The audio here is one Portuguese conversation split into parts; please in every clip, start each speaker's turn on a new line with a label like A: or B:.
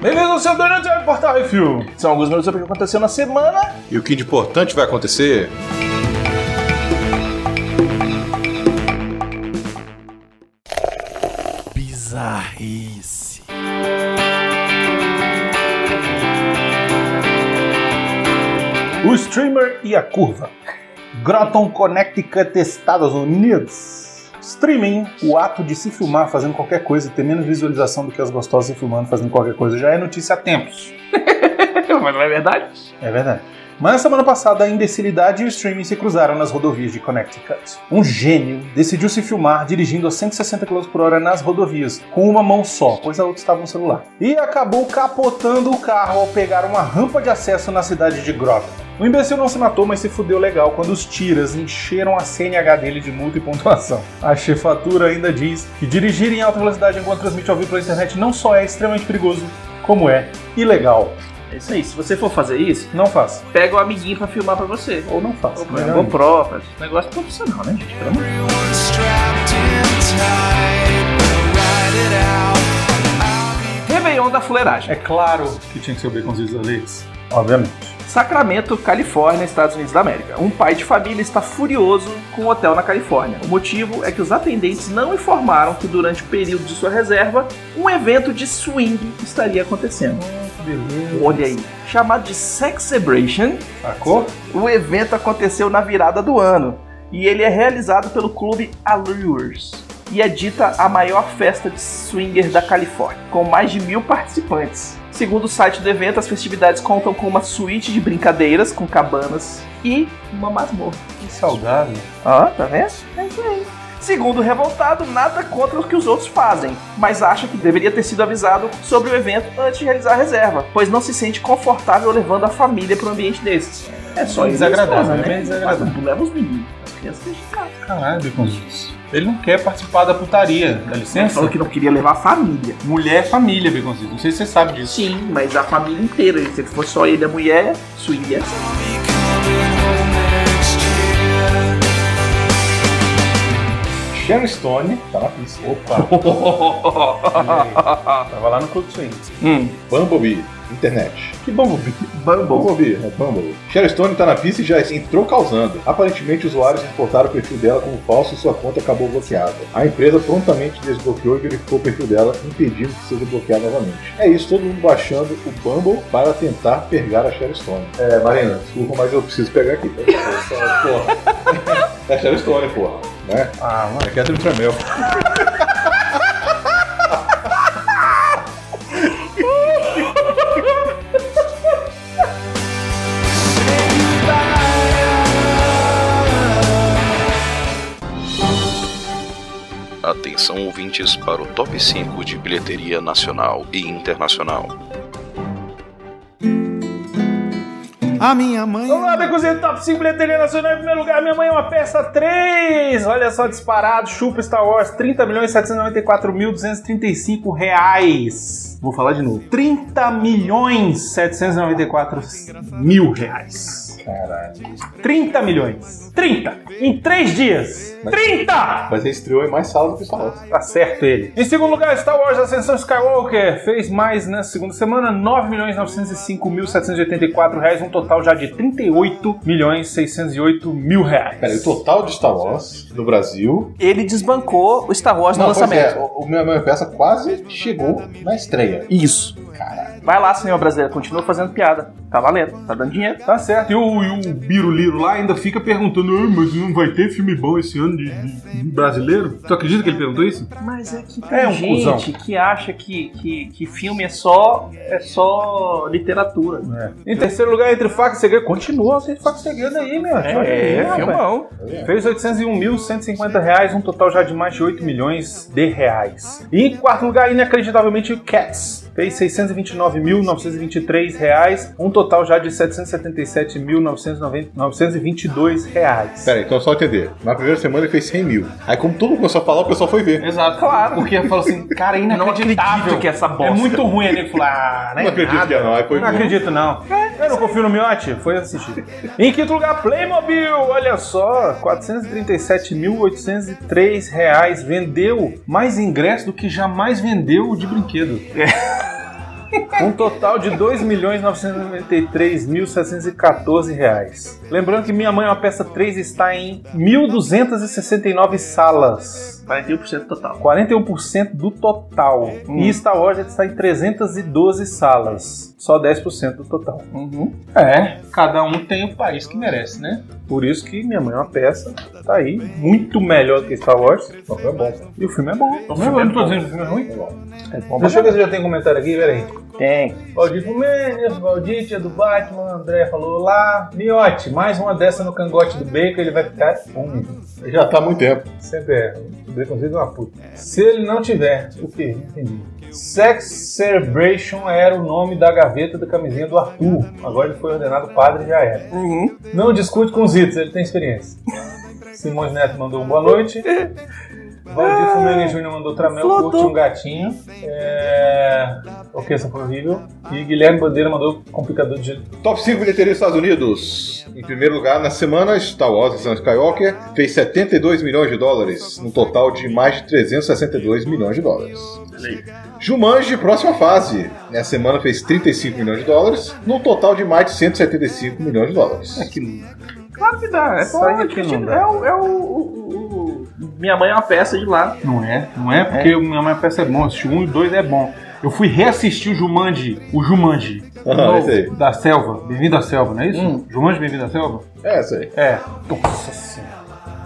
A: Bem-vindos ao seu Donut ao Portal Refil. São alguns minutos sobre o que aconteceu na semana.
B: E o que de importante vai acontecer?
C: Bizarrice.
A: O streamer e a curva. Groton, Connecticut, Estados Unidos. Streaming, o ato de se filmar fazendo qualquer coisa e ter menos visualização do que as gostosas se filmando fazendo qualquer coisa já é notícia há tempos.
D: Mas não é verdade?
A: É verdade. Mas na semana passada, a imbecilidade e o streaming se cruzaram nas rodovias de Connecticut. Um gênio decidiu se filmar dirigindo a 160 km por hora nas rodovias, com uma mão só, pois a outra estava no celular. E acabou capotando o carro ao pegar uma rampa de acesso na cidade de Groton. O imbecil não se matou, mas se fudeu legal quando os tiras encheram a CNH dele de multa e pontuação. A chefatura ainda diz que dirigir em alta velocidade enquanto transmite ao vivo pela internet não só é extremamente perigoso, como é ilegal.
D: É isso aí. Se você for fazer isso,
A: Não faça.
D: pega o amiguinho pra filmar pra você. é
A: Ou não né? faça.
D: Ou
A: Melhor
D: pega o
A: ainda.
D: GoPro, faz um negócio profissional, né, gente? Pelo amor de Deus. Réveillon da Fuleiragem.
A: É claro que tinha que ser o baconzinho dos leites. Obviamente.
D: Sacramento, Califórnia, Estados Unidos da América. Um pai de família está furioso com um hotel na Califórnia. O motivo é que os atendentes não informaram que durante o período de sua reserva, um evento de swing estaria acontecendo.
A: Ah, Beleza.
D: Olha aí, chamado de Sex Celebration,
A: Sacou?
D: o evento aconteceu na virada do ano e ele é realizado pelo clube Allures e é dita a maior festa de swingers da Califórnia, com mais de mil participantes. Segundo o site do evento, as festividades contam com uma suíte de brincadeiras com cabanas e uma masmorra.
A: Que saudável.
D: Ah, tá vendo? É isso aí. Segundo o revoltado, nada contra o que os outros fazem, mas acha que deveria ter sido avisado sobre o evento antes de realizar a reserva, pois não se sente confortável levando a família para um ambiente desses. É só isso,
A: Desagradável,
D: né?
A: é bem desagradável.
D: Mas tu leva os meninos, as crianças deixam em casa.
A: Caralho, baconzinhos. Ele não quer participar da putaria. Dá
D: Ele
A: licença?
D: falou que não queria levar a família.
A: Mulher é família, baconzinhos. Não sei se você sabe disso.
D: Sim, mas a família inteira. Se fosse só ele e a mulher, é swinguer.
A: Sharon Stone. Tá na pista. Opa. Tava lá no Clube Swing.
D: hum,
B: Bumblebee, internet.
A: Que bom,
D: Bumble.
B: Bumblebee, é Bumble. Sharon Stone tá na pista e já entrou causando. Aparentemente, usuários reportaram o perfil dela como falso e sua conta acabou bloqueada. A empresa prontamente desbloqueou e verificou o perfil dela, impedindo que seja bloqueado novamente. É isso, todo mundo baixando o Bumble para tentar pegar a Sharon Stone. É, Marina, desculpa, mas eu preciso pegar aqui. tá? Porra. É a Sharon Stone, porra. Né?
A: Ah, mano.
B: É Catherine Tremel.
E: Atenção ouvintes para o top 5 de bilheteria nacional e internacional.
C: A minha mãe.
A: Vamos lá, Becozinho Top 5 Bilheteria Nacional. Em primeiro lugar, Minha Mãe é uma Peça 3. Olha só, disparado. Chupa Star Wars, 30.794.235 reais. Vou falar de novo. 30.794 mil reais.
B: Caralho.
A: 30 milhões. 30. Em 3 dias. 30!
B: Mas ele estreou em mais salas do que salas.
A: Tá certo ele. Em segundo lugar, Star Wars Ascensão Skywalker. Fez mais na segunda semana, 9.905.784 reais. Um total já de 38.608.000 reais.
B: Pera, o total de Star Wars no Brasil.
D: Ele desbancou o Star Wars no
B: pois
D: lançamento.
B: é, o o meu Mãe Peça quase chegou na estreia.
D: Isso. Vai lá, cinema brasileiro, continua fazendo piada. Tá valendo, tá dando dinheiro.
A: Tá certo. E o, e o Biruliro lá ainda fica perguntando, "Ah, mas não vai ter filme bom esse ano de, de- de brasileiro? Tu acredita que ele perguntou isso?
D: Mas é que tem
A: É um
D: gente
A: cuzão.
D: que acha que, que, que filme é só, é só literatura.
A: Em terceiro lugar, Entre Faca e Segredo. Continua sem Faca e Segredo aí, meu. Continua, rapaz.
D: filmão.
A: Fez 801.150 reais, um total já de mais de 8 milhões de reais. E em quarto lugar, inacreditavelmente, o Cats. Fez 629.000
B: R$ reais, um total já de R$ 777.922. reais.
F: Pera aí, então só entender. Na primeira semana ele fez 100 mil. Aí, como todo mundo começou a falar, o pessoal foi ver.
D: Exato. Claro. Porque falou assim, cara, é
B: Não
D: inacreditável
B: acredito.
D: que essa
B: É
D: bosta.
B: muito ruim ele falar, ah, nem
F: Não acredito
B: nada.
F: que é não, aí foi
B: Não um
F: bom. É.
B: acredito não. Eu não confio no Miotti, foi assistir. Em quinto lugar, Playmobil, olha só, 437.803 reais, vendeu mais ingresso do que jamais vendeu de brinquedo. Um total de 2.993.714 reais. Lembrando que Minha Mãe é uma Peça 3 está em 1.269 salas.
D: 41% total.
B: 41% do total. E Star Wars já está em 312 salas. Só 10% do total.
D: É, cada um tem o país que merece, né?
B: Por isso que Minha Mãe é uma peça. Tá aí. Muito melhor do que Star Wars.
F: Só foi bom.
B: E o filme é bom. O
D: filme é bom.
B: dizendo que o filme é ruim. É bom. Deixa eu ver se já tem comentário aqui. Peraí.
D: Tem.
B: Valdir Fumenes, Valdir, tia do Batman, André falou lá. Miote, mais uma dessa no cangote do Bacon, ele vai ficar um.
F: Já tá há muito tempo.
B: Sempre é. O Baconzitos é uma puta. Se ele não tiver, o quê? Não Entendi. Sex Celebration era o nome da gaveta da camisinha do Arthur. Agora ele foi ordenado padre e já era.
D: Uhum.
B: Não discute com os Zitos, ele tem experiência. Simões Neto mandou um boa noite. Valdir Fumene Júnior mandou tramel,
D: Flodou.
B: curte um gatinho. É... Ok, essa foi horrível. E Guilherme Bandeira mandou complicador de
F: Top 5 bilheteria dos Estados Unidos. Em primeiro lugar, na semana, Star Wars Ascensão Skywalker fez 72 milhões de dólares, num total de mais de 362 milhões de dólares. Jumanji, próxima fase. Na semana fez 35 milhões de dólares, num total de mais de 175 milhões de dólares.
D: Claro que dá. É
B: Só
D: só
B: que não dá.
D: É, o, é o, o- o- Minha mãe é uma peça de lá.
B: Não é, não é porque o Minha Mãe Peça é bom, assistir um e dois é bom. Eu fui reassistir o Jumanji, o Jumanji,
F: Aham,
B: novo,
F: Ah, esse É aí.
B: da Selva, Bem-vindo à Selva, não é isso?
D: Hum.
B: Jumanji, Bem-vindo à Selva?
F: É, isso aí.
B: É. Nossa senhora,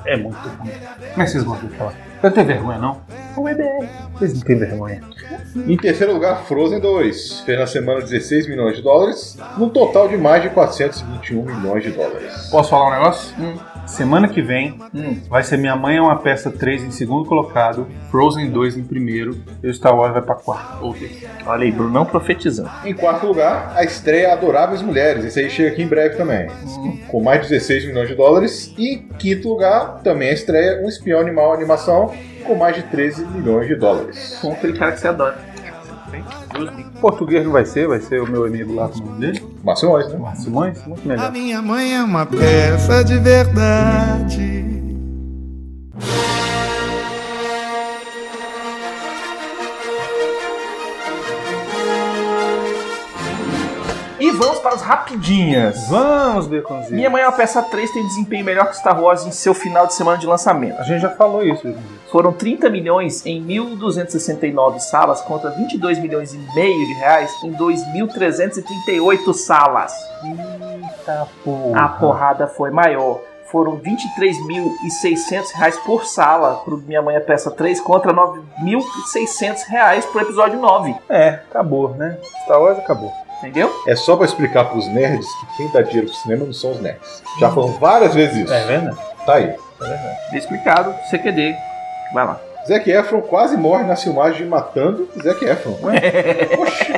B: é muito ruim. Como é que vocês gostam de falar? Eu não tenho vergonha, não? Não é bem. Vocês não têm vergonha.
F: Em terceiro lugar, Frozen 2 fez na semana 16 milhões de dólares, num total de mais de 421 milhões de dólares.
B: Posso falar um negócio?
D: Hum.
B: Semana que vem vai ser Minha Mãe é uma Peça 3 em segundo colocado, Frozen 2 em primeiro e o Star Wars vai pra quarto.
D: Olha aí, Brunão profetizando.
F: Em quarto lugar, a estreia Adoráveis Mulheres. Esse aí chega aqui em breve também. Com mais de 16 milhões de dólares. E em quinto lugar, também a estreia Um Espião Animal Animação. Com mais de 13 milhões de dólares.
D: Com aquele cara que você adora.
B: Português não vai ser, vai ser o meu amigo lá com o nome dele.
F: Mações, né?
B: Márcio Simões, muito melhor.
C: A minha mãe é uma peça de verdade.
D: E vamos para as rapidinhas.
B: Vamos, Beconzinho.
D: Minha mãe é uma peça 3 tem desempenho melhor que Star Wars em seu final de semana de lançamento.
B: A gente já falou isso, Beconzinho.
D: Foram 30 milhões em 1.269 salas contra 22 milhões e meio de reais em 2.338 salas.
B: Tá porra.
D: A porrada foi maior. Foram 23.600 reais por sala pro Minha Mãe é Peça 3 contra 9.600 reais pro episódio 9.
B: É, acabou, né? Star Wars acabou.
D: Entendeu?
F: É só pra explicar pros nerds que quem dá dinheiro pro cinema não são os nerds. Já falamos várias vezes isso.
B: vendo?
F: Tá aí.
D: Bem explicado. CQD. Vai lá.
F: Zac Efron quase morre na filmagem de Matando Zac Efron. né? Oxi.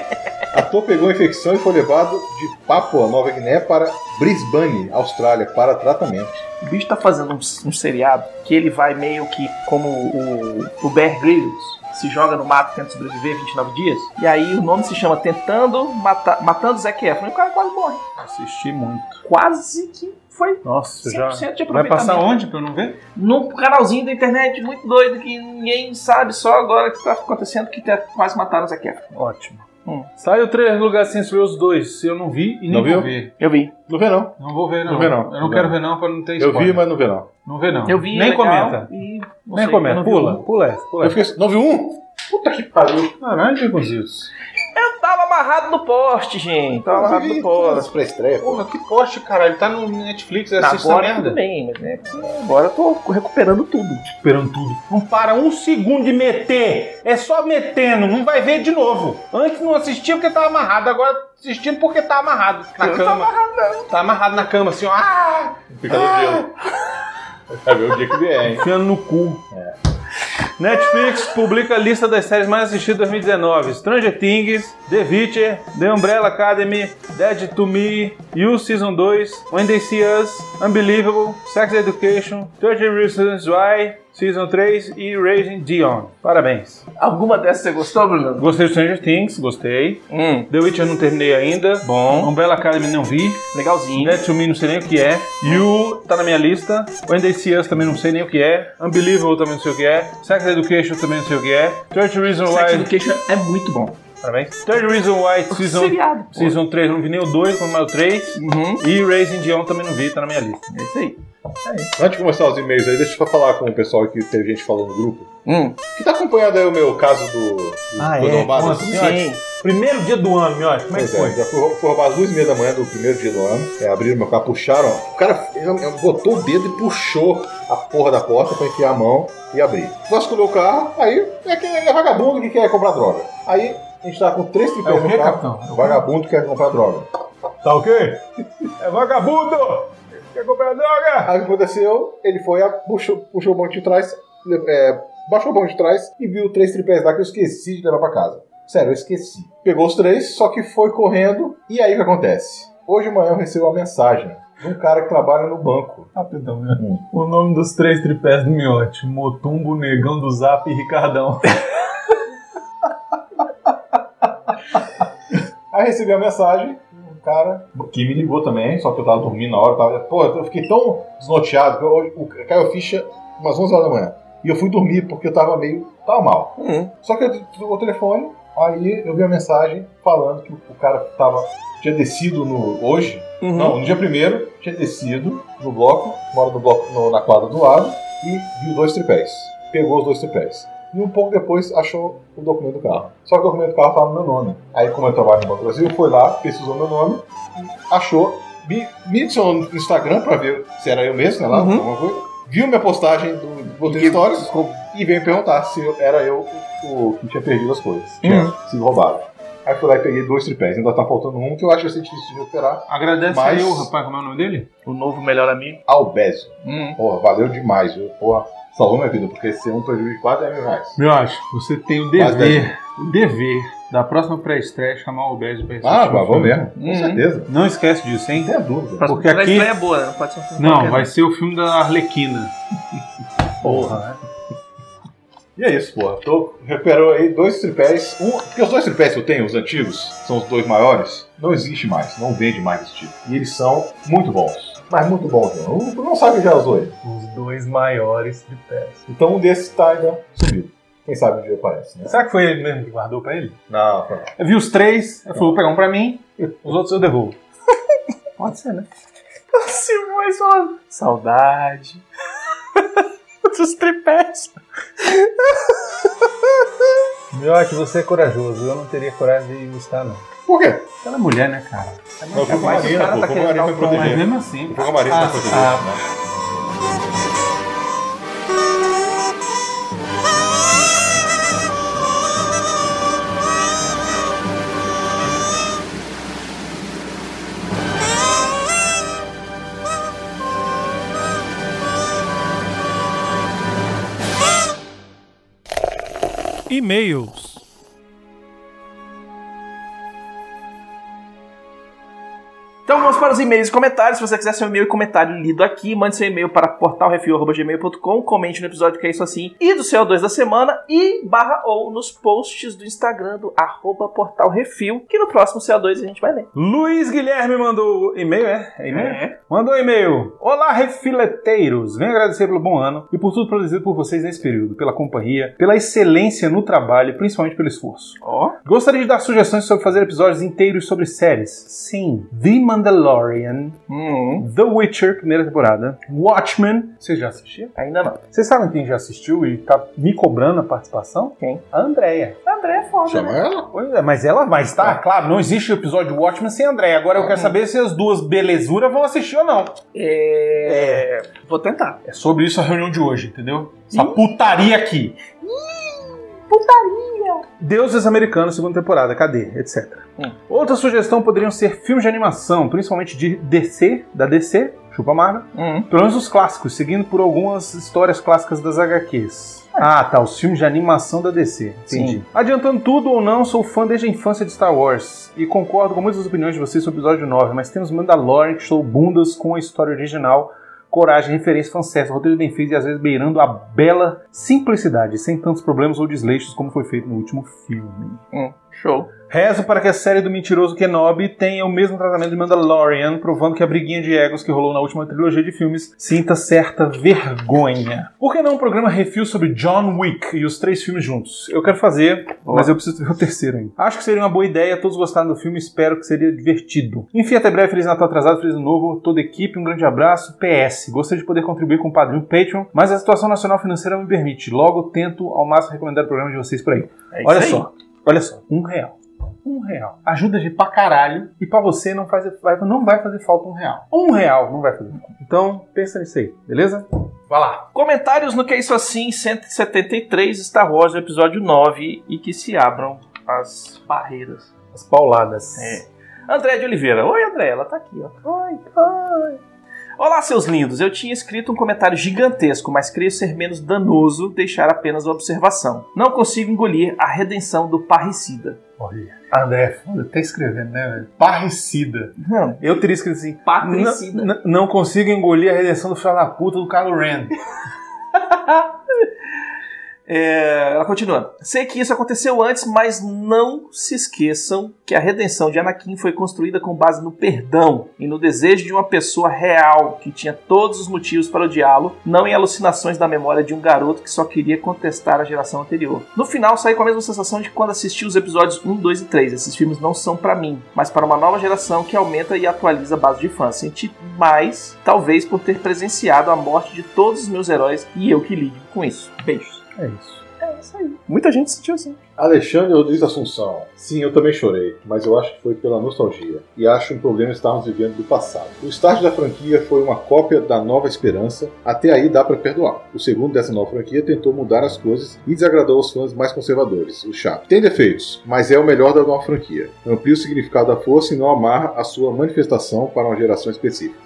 F: Ator pegou infecção e foi levado de Papua Nova Guiné para Brisbane, Austrália, para tratamento.
D: O bicho tá fazendo um, um seriado que ele vai meio que como o, o Bear Grylls. Se joga no mato tenta sobreviver 29 dias. E aí o nome se chama Tentando Matar, Matando Zac Efron. E o cara quase morre.
B: Assisti muito.
D: Quase que foi
B: Nossa,
D: 100%
B: já.
D: de aproveitamento.
B: Vai passar onde pra eu não ver?
D: Num canalzinho da internet muito doido que ninguém sabe só agora que tá acontecendo que tá- quase mataram o Zac Efron.
B: Ótimo. Hum. Saiu três lugares sem ver os dois. Eu não vi e nem
F: Não
B: vou
F: viu?
B: ver.
D: Eu vi.
F: Não vê não.
B: Não vou ver, não.
F: Não vê, não.
B: Eu não,
F: Não.
B: quero ver, não, pra não ter
F: Eu
B: spoiler.
F: vi, mas não vê não.
B: Não vê, não.
D: Eu vi.
B: Nem
D: é legal,
B: comenta.
D: e não
B: Nem
D: sei, eu
B: comenta.
D: não vi
B: Pula,
D: o-
B: pula essa. Pula
F: Eu
B: essa.
F: fiquei... Não viu um? Puta que pariu.
B: Caralho, Beconzitos.
D: Eu tava amarrado no poste, gente. Tava amarrado no poste.
F: pra estreia. Tá pô.
B: Porra, que poste, caralho. Tá no Netflix,
D: Agora tudo bem, mas né? Agora eu tô recuperando tudo.
B: Esperando tudo. Não para um segundo de meter. É só metendo, não vai ver de novo. Antes não assistia porque tava amarrado, agora assistindo porque tá amarrado na
D: Eu não tô
B: cama. Tá amarrado na cama, assim, ó. Ah!
F: Fica no dia. Vai ver o dia que vier, hein?
B: Enfiando no cu. Netflix publica a lista das séries mais assistidas em 2019. Stranger Things, The Witcher, The Umbrella Academy, Dead to Me, You Season 2, When They See Us, Unbelievable, Sex Education, 30 Reasons Why, Season 3 e Raising Dion. Parabéns.
D: Alguma dessas você gostou, Bruno?
B: Gostei de Stranger Things, gostei.
D: Hum,
B: The Witcher não terminei ainda. Bom. Umbrella Academy não vi.
D: legalzinho.
B: Dead to Me não sei nem o que é. You tá na minha lista. When They See Us também não sei nem o que é. Unbelievable também não sei o que é. Sex Education também não sei o que é. Third Reason
D: Sex
B: Why...
D: Education é muito bom.
B: Parabéns. Third Reason Why Season,
D: Seriado, pô.
B: season 3 não vi nem o 2, foi mais o 3.
D: Uhum.
B: E Raising Dion também não vi, tá na minha lista.
D: É isso aí.
F: Antes de começar os e-mails aí, deixa eu só falar com o pessoal que teve gente falando no grupo.
D: Hum.
F: Que tá acompanhado aí o meu caso do, do do roubado.
B: Ah, Sim. é? Primeiro dia do ano, Miotti, como é que
F: Pois é,
B: foi?
F: já foi, foi roubado às duas e meia da manhã do primeiro dia do ano. É, abriram meu carro, puxaram. O cara ele é um, botou o dedo e puxou a porra da porta pra enfiar a mão e abrir. Vasculhou o carro, aí é que é vagabundo que quer comprar droga. Aí a gente tava com três tripés
B: É o
F: no
B: quê,
F: carro.
B: capitão? É o-
F: Vagabundo que quer comprar droga.
B: Tá ok? É vagabundo! Quer comprar droga?
F: Aí o que aconteceu? Ele foi, a- puxou, puxou o banco de trás, le- é, baixou o banco de trás e viu três tripés lá que eu esqueci de levar pra casa. Sério, eu esqueci. Pegou os três, só que foi correndo. E aí o que acontece? Hoje de manhã eu recebo uma mensagem de um cara que trabalha no banco.
B: Rapidão, né? O nome dos três tripés do Miotti: Motumbo, Negão do Zap e Ricardão.
F: Aí recebi a mensagem de um cara que me ligou também, só que eu tava dormindo na hora. Tava... Pô, eu fiquei tão desnorteado que eu- o caiu a ficha umas 11 horas da manhã. E eu fui dormir porque eu tava meio. tava mal.
D: Hum.
F: Só que eu o telefone, aí eu vi a mensagem falando que o cara tava, tinha descido no hoje,
D: Uhum.
F: não, no dia primeiro, tinha descido no bloco, mora no bloco no- na quadra do lado, e viu dois tripés. Pegou os dois tripés. E um pouco depois achou o documento do carro. Só que o documento do carro tava no meu nome. Aí, como eu trabalho no Banco do Brasil, foi lá, pesquisou meu nome, e achou, me, me adicionou no Instagram pra ver se era eu mesmo, sei lá,
D: Uhum.
F: alguma coisa. Viu minha postagem do Botei Stories e veio me perguntar se eu- era eu o que tinha perdido as coisas.
D: Uhum.
F: Tinha sido roubado. Aí fui lá e peguei dois tripés. Ainda tá faltando um que eu acho que vai ser difícil de recuperar.
B: Agradece
F: Mas-
B: aí o rapaz, como é o nome dele?
D: O novo melhor amigo.
F: Albésio.
D: Hum.
F: Porra, valeu demais, viu? Porra, salvou minha vida, porque esse é um prejuízo de 4 mil reais.
B: Miotti, você tem o
F: Mas,
B: dever, o dever da próxima pré-estreia chamar o Bege pra
F: Ah,
B: assistir o
F: mas vamos
B: filme.
F: mesmo. Com
D: Uhum.
F: certeza.
B: Não esquece disso,
F: Não
B: hein?
F: tem dúvida.
B: Porque
D: Pra
B: aqui-
D: estreia é boa, não pode ser um filme
B: Não,
D: qualquer,
B: vai ser o filme da Arlequina.
F: Porra, né? E é isso, porra. Tô, recuperou aí dois tripés. Um, porque os dois tripés que eu tenho, os antigos, são os dois maiores, não existe mais. Não vende mais esse tipo. E eles são muito bons. Mas muito bons, mesmo. O Bruno não sabe que já usou ele.
B: Os dois maiores tripés.
F: Então um desses tá ainda sumido. Quem sabe um dia aparece, né?
B: Será que foi ele mesmo que guardou pra ele?
F: Não, não.
B: Eu vi os três, eu falei, vou pegar um pra mim, os outros eu devolvo. Pode ser, né?
D: O Simões falando. Saudade. Dos tripés.
B: Miotti, você é corajoso, eu não teria coragem de buscar, não.
F: Por quê?
B: Aquela mulher, né, cara?
F: Não, eu fui com a
D: Mas o
F: Marina,
D: cara
F: pô.
D: tá
F: Fui com a
D: querendo
F: Marina
D: dar
F: pra
D: um
B: Mas
F: proteger.
B: mesmo assim.
F: Fui com a Marina pra
B: Ah,
F: proteger.
B: ah,
F: né?
B: E-mails.
D: Então vamos para os e-mails e comentários. Se você quiser seu e-mail e comentário lido aqui, mande seu e-mail para portalrefil.gmail.com, comente no episódio que é isso assim e do CO2 da semana e barra ou nos posts do Instagram do arroba portalrefil, que no próximo CO2 a gente vai ler.
B: Luiz Guilherme mandou e-mail, é? É e-mail? Mandou e-mail. Olá, refileteiros! Venho agradecer pelo bom ano e por tudo produzido por vocês nesse período, pela companhia, pela excelência no trabalho e principalmente pelo esforço.
D: Ó.
B: Gostaria de dar sugestões sobre fazer episódios inteiros sobre séries. Sim, The Mandalorian,
D: Hum.
B: The Witcher, primeira temporada, Watchmen. Vocês já assistiram?
D: Ainda não.
B: Vocês sabem quem já assistiu e tá me cobrando a participação?
D: Quem?
B: A Andrea.
D: André é foda,
F: Chama
D: né?
F: ela.
B: Pois é, mas ela vai estar, claro, não existe episódio Watchmen sem André. Agora eu quero saber se as duas belezuras vão assistir ou não.
D: É... Vou tentar.
B: É sobre isso a reunião de hoje, entendeu? Essa putaria aqui. Putaria! Deuses Americanos, segunda temporada, cadê? Etc.
D: Hum.
B: Outra sugestão poderiam ser filmes de animação, principalmente de DC, da DC, Chupa Amarga.
D: Hum.
B: Pelo menos os clássicos, seguindo por algumas histórias clássicas das HQs. Ah, tá, os filmes de animação da DC. Entendi.
D: Sim.
B: Adiantando tudo ou não, sou fã desde a infância de Star Wars e concordo com muitas das opiniões de vocês sobre o episódio 9, mas temos Mandalorian que sou bundas com a história original, coragem, referência, fanservice, roteiro bem feito e às vezes beirando a bela simplicidade, sem tantos problemas ou desleixos como foi feito no último filme.
D: Show.
B: Rezo para que a série do mentiroso Kenobi tenha o mesmo tratamento de Mandalorian, provando que a briguinha de egos que rolou na última trilogia de filmes sinta certa vergonha. Por que não um programa refil sobre John Wick e os três filmes juntos? Eu quero fazer,
D: Boa.
B: mas eu preciso ver o terceiro ainda. Acho que seria uma boa ideia, todos gostaram do filme, espero que seria divertido. Enfim, até breve, Feliz Natal atrasado, Feliz Ano Novo, toda a equipe, um grande abraço, PS. Gostaria de poder contribuir com o padrinho Patreon, mas a situação nacional financeira não me permite. Logo, tento ao máximo recomendar o programa de vocês por aí.
D: É isso
B: Olha
D: aí.
B: só, olha só, um real. Um real. Ajuda de pra caralho. E pra você não, faz, vai- não vai fazer falta um real. Um real não vai fazer falta. Então, pensa nisso aí, beleza? Vai lá.
D: Comentários no que é isso assim, 173 Star Wars, episódio 9, e que se abram as barreiras.
B: As pauladas.
D: É. André de Oliveira. Oi, André, ela tá aqui, ó. Oi, oi. Olá, seus lindos. Eu tinha escrito um comentário gigantesco, mas creio ser menos danoso deixar apenas uma observação. Não consigo engolir a redenção do parricida.
B: Olha. André, foda, tá escrevendo, né, velho? Parricida.
D: Não,
B: Eu teria escrito assim.
D: patricida.
B: "N- n- Não consigo engolir a redenção do filho da puta do Kylo Ren.
D: É, ela continua. Sei que isso aconteceu antes, mas não se esqueçam que a redenção de Anakin foi construída com base no perdão e no desejo de uma pessoa real que tinha todos os motivos para odiá-lo, não em alucinações da memória de um garoto que só queria contestar a geração anterior. No final, saí com a mesma sensação de quando assisti os episódios 1, 2 e 3. Esses filmes não são para mim, mas para uma nova geração que aumenta e atualiza a base de fãs. Senti mais, talvez, por ter presenciado a morte de todos os meus heróis e eu que lido com isso. Beijos.
B: É isso.
D: Muita gente sentiu assim.
F: Alexandre Rodrigues Assunção. Sim, eu também chorei, mas eu acho que foi pela nostalgia. E acho um problema estarmos vivendo do passado. O estágio da franquia foi uma cópia da Nova Esperança, até aí dá pra perdoar. O segundo dessa nova franquia tentou mudar as coisas e desagradou os fãs mais conservadores, o Chapo. Tem defeitos, mas é o melhor da nova franquia. Amplia o significado da força e não amarra a sua manifestação para uma geração específica.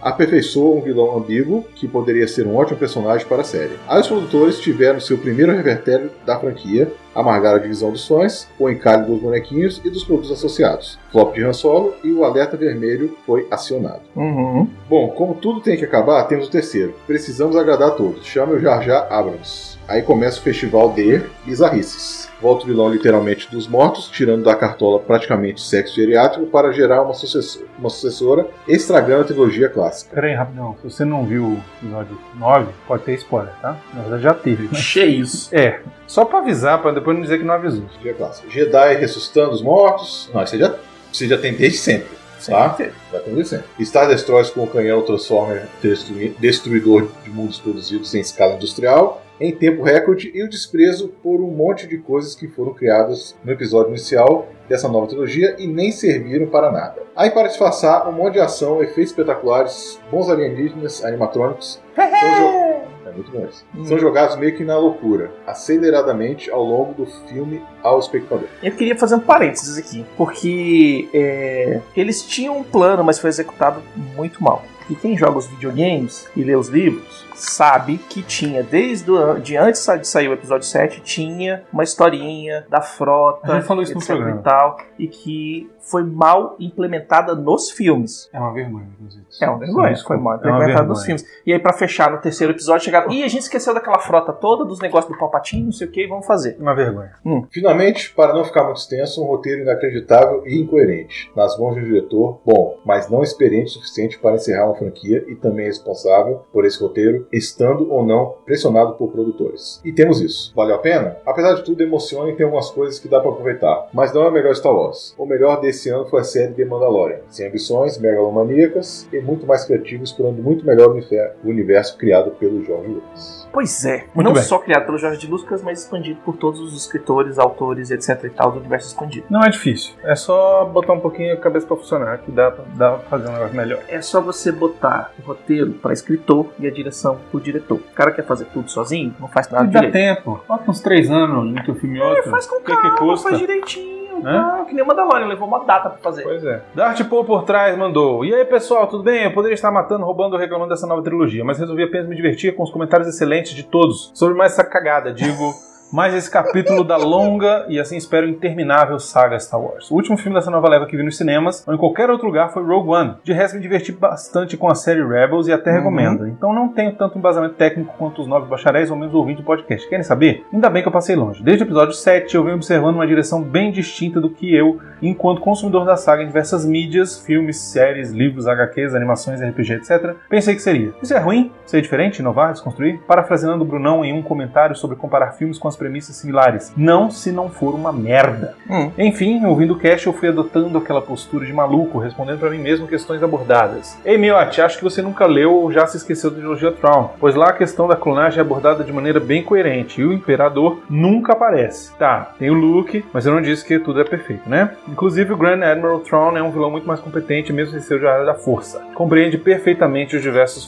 F: aperfeiçoou um vilão ambíguo que poderia ser um ótimo personagem para a série. Aí os produtores tiveram seu primeiro revertério da franquia, amargaram a divisão dos fãs, o encalhe dos bonequinhos e dos produtos associados, flop de Han Solo e o alerta vermelho foi acionado.
D: Uhum.
F: Bom, como tudo tem que acabar, temos o terceiro. Precisamos agradar a todos. Chame o Jar Jar Abrams. Aí começa o festival de bizarrices. Volta o vilão literalmente dos mortos, tirando da cartola praticamente sexo geriátrico para gerar uma sucessora, uma sucessora estragando a trilogia clássica.
B: Pera aí, rapidão. Se você não viu o episódio 9, pode ter spoiler, tá? Na verdade já teve. né?
D: Cheios.
B: É. Só pra avisar, pra depois não dizer que não avisou.
F: Trilogia clássica. Jedi ressuscitando os mortos. Não, isso aí já, isso aí já tem desde sempre. Tá? Vai acontecer. Star Destroyers com o canhão Transformer destru- destruidor de mundos produzidos em escala industrial, em tempo recorde, e o desprezo por um monte de coisas que foram criadas no episódio inicial dessa nova trilogia e nem serviram para nada. Aí, para disfarçar, um monte de ação, efeitos espetaculares, bons alienígenas, animatrônicos. são jo- É muito bom isso.
D: Hum.
F: São jogados meio que na loucura, aceleradamente ao longo do filme ao espectador.
D: Eu queria fazer um parênteses aqui, porque é, eles tinham um plano, mas foi executado muito mal. E quem joga os videogames e lê os livros sabe que tinha, desde o, de antes de sair o episódio 7, tinha uma historinha da frota,
B: A gente falou isso no
D: etc
B: programa.
D: e tal, e que foi mal implementada nos filmes.
B: É uma vergonha, inclusive.
D: É um vergonha, isso foi mal implementado nos filmes. E aí, pra fechar no terceiro episódio, chegaram. Ih, a gente esqueceu daquela frota toda, dos negócios do Palpatine, não sei o que, vamos fazer.
B: Uma vergonha.
F: Finalmente, para não ficar muito extenso, um roteiro inacreditável e incoerente. Nas mãos de um diretor bom, mas não experiente o suficiente para encerrar uma franquia e também é responsável por esse roteiro, estando ou não pressionado por produtores. E temos isso. Valeu a pena? Apesar de tudo, emociona e tem algumas coisas que dá para aproveitar. Mas não é o melhor Star Wars. O melhor desse ano foi a série The Mandalorian. Sem ambições, megalomaníacas e muito mais criativo, explorando muito melhor o unife- o universo criado pelo George Lucas.
D: Pois é,
B: Muito
D: não
B: bem.
D: só criado pelo Jorge de Lucas, mas expandido por todos os escritores, autores, etc e tal do universo expandido.
B: Não é difícil. É só botar um pouquinho a cabeça pra funcionar, que dá pra, dá pra fazer um negócio melhor.
D: É só você botar o roteiro para escritor e a direção pro diretor. O cara quer fazer tudo sozinho, não faz nada
B: E dá
D: Ah, direito.
B: tempo. Bota uns três anos entre um filme e outro.
D: Faz com
B: O que que
D: calma,
B: custa?
D: faz direitinho.
B: Né?
D: Ah, que nem o Mandalorian, levou uma data pra fazer.
B: Pois é. Dart Paul por trás mandou. E aí, pessoal, tudo bem? Eu poderia estar matando, roubando ou reclamando dessa nova trilogia, mas resolvi apenas me divertir com os comentários excelentes de todos sobre mais essa cagada, digo. Mais esse capítulo da longa e assim espero interminável saga Star Wars. O último filme dessa nova leva que vi nos cinemas ou em qualquer outro lugar foi Rogue One. De resto, me diverti bastante com a série Rebels e até recomendo. Então não tenho tanto embasamento técnico quanto os nove bacharéis ou menos ouvintes do podcast. Querem saber? Ainda bem que eu passei longe. Desde o episódio 7 eu venho observando uma direção bem distinta do que eu enquanto consumidor da saga em diversas mídias, filmes, séries, livros, HQs, animações, RPG, etc., pensei que seria. Isso é ruim? Ser diferente, inovar, desconstruir? Parafraseando o Brunão em um comentário sobre comparar filmes com as premissas similares. Não se não for uma merda.
D: Hum.
B: Enfim, ouvindo o cast, eu fui adotando aquela postura de maluco, respondendo pra mim mesmo questões abordadas. Ei, Miotti, acho que você nunca leu ou já se esqueceu da trilogia Tron, pois lá a questão da clonagem é abordada de maneira bem coerente e o Imperador nunca aparece. Tá, tem o Luke, mas eu não disse que tudo é perfeito, né? Inclusive, o Grand Admiral Tron é um vilão muito mais competente, mesmo sem ser o Jedi da Força. Compreende perfeitamente os diversos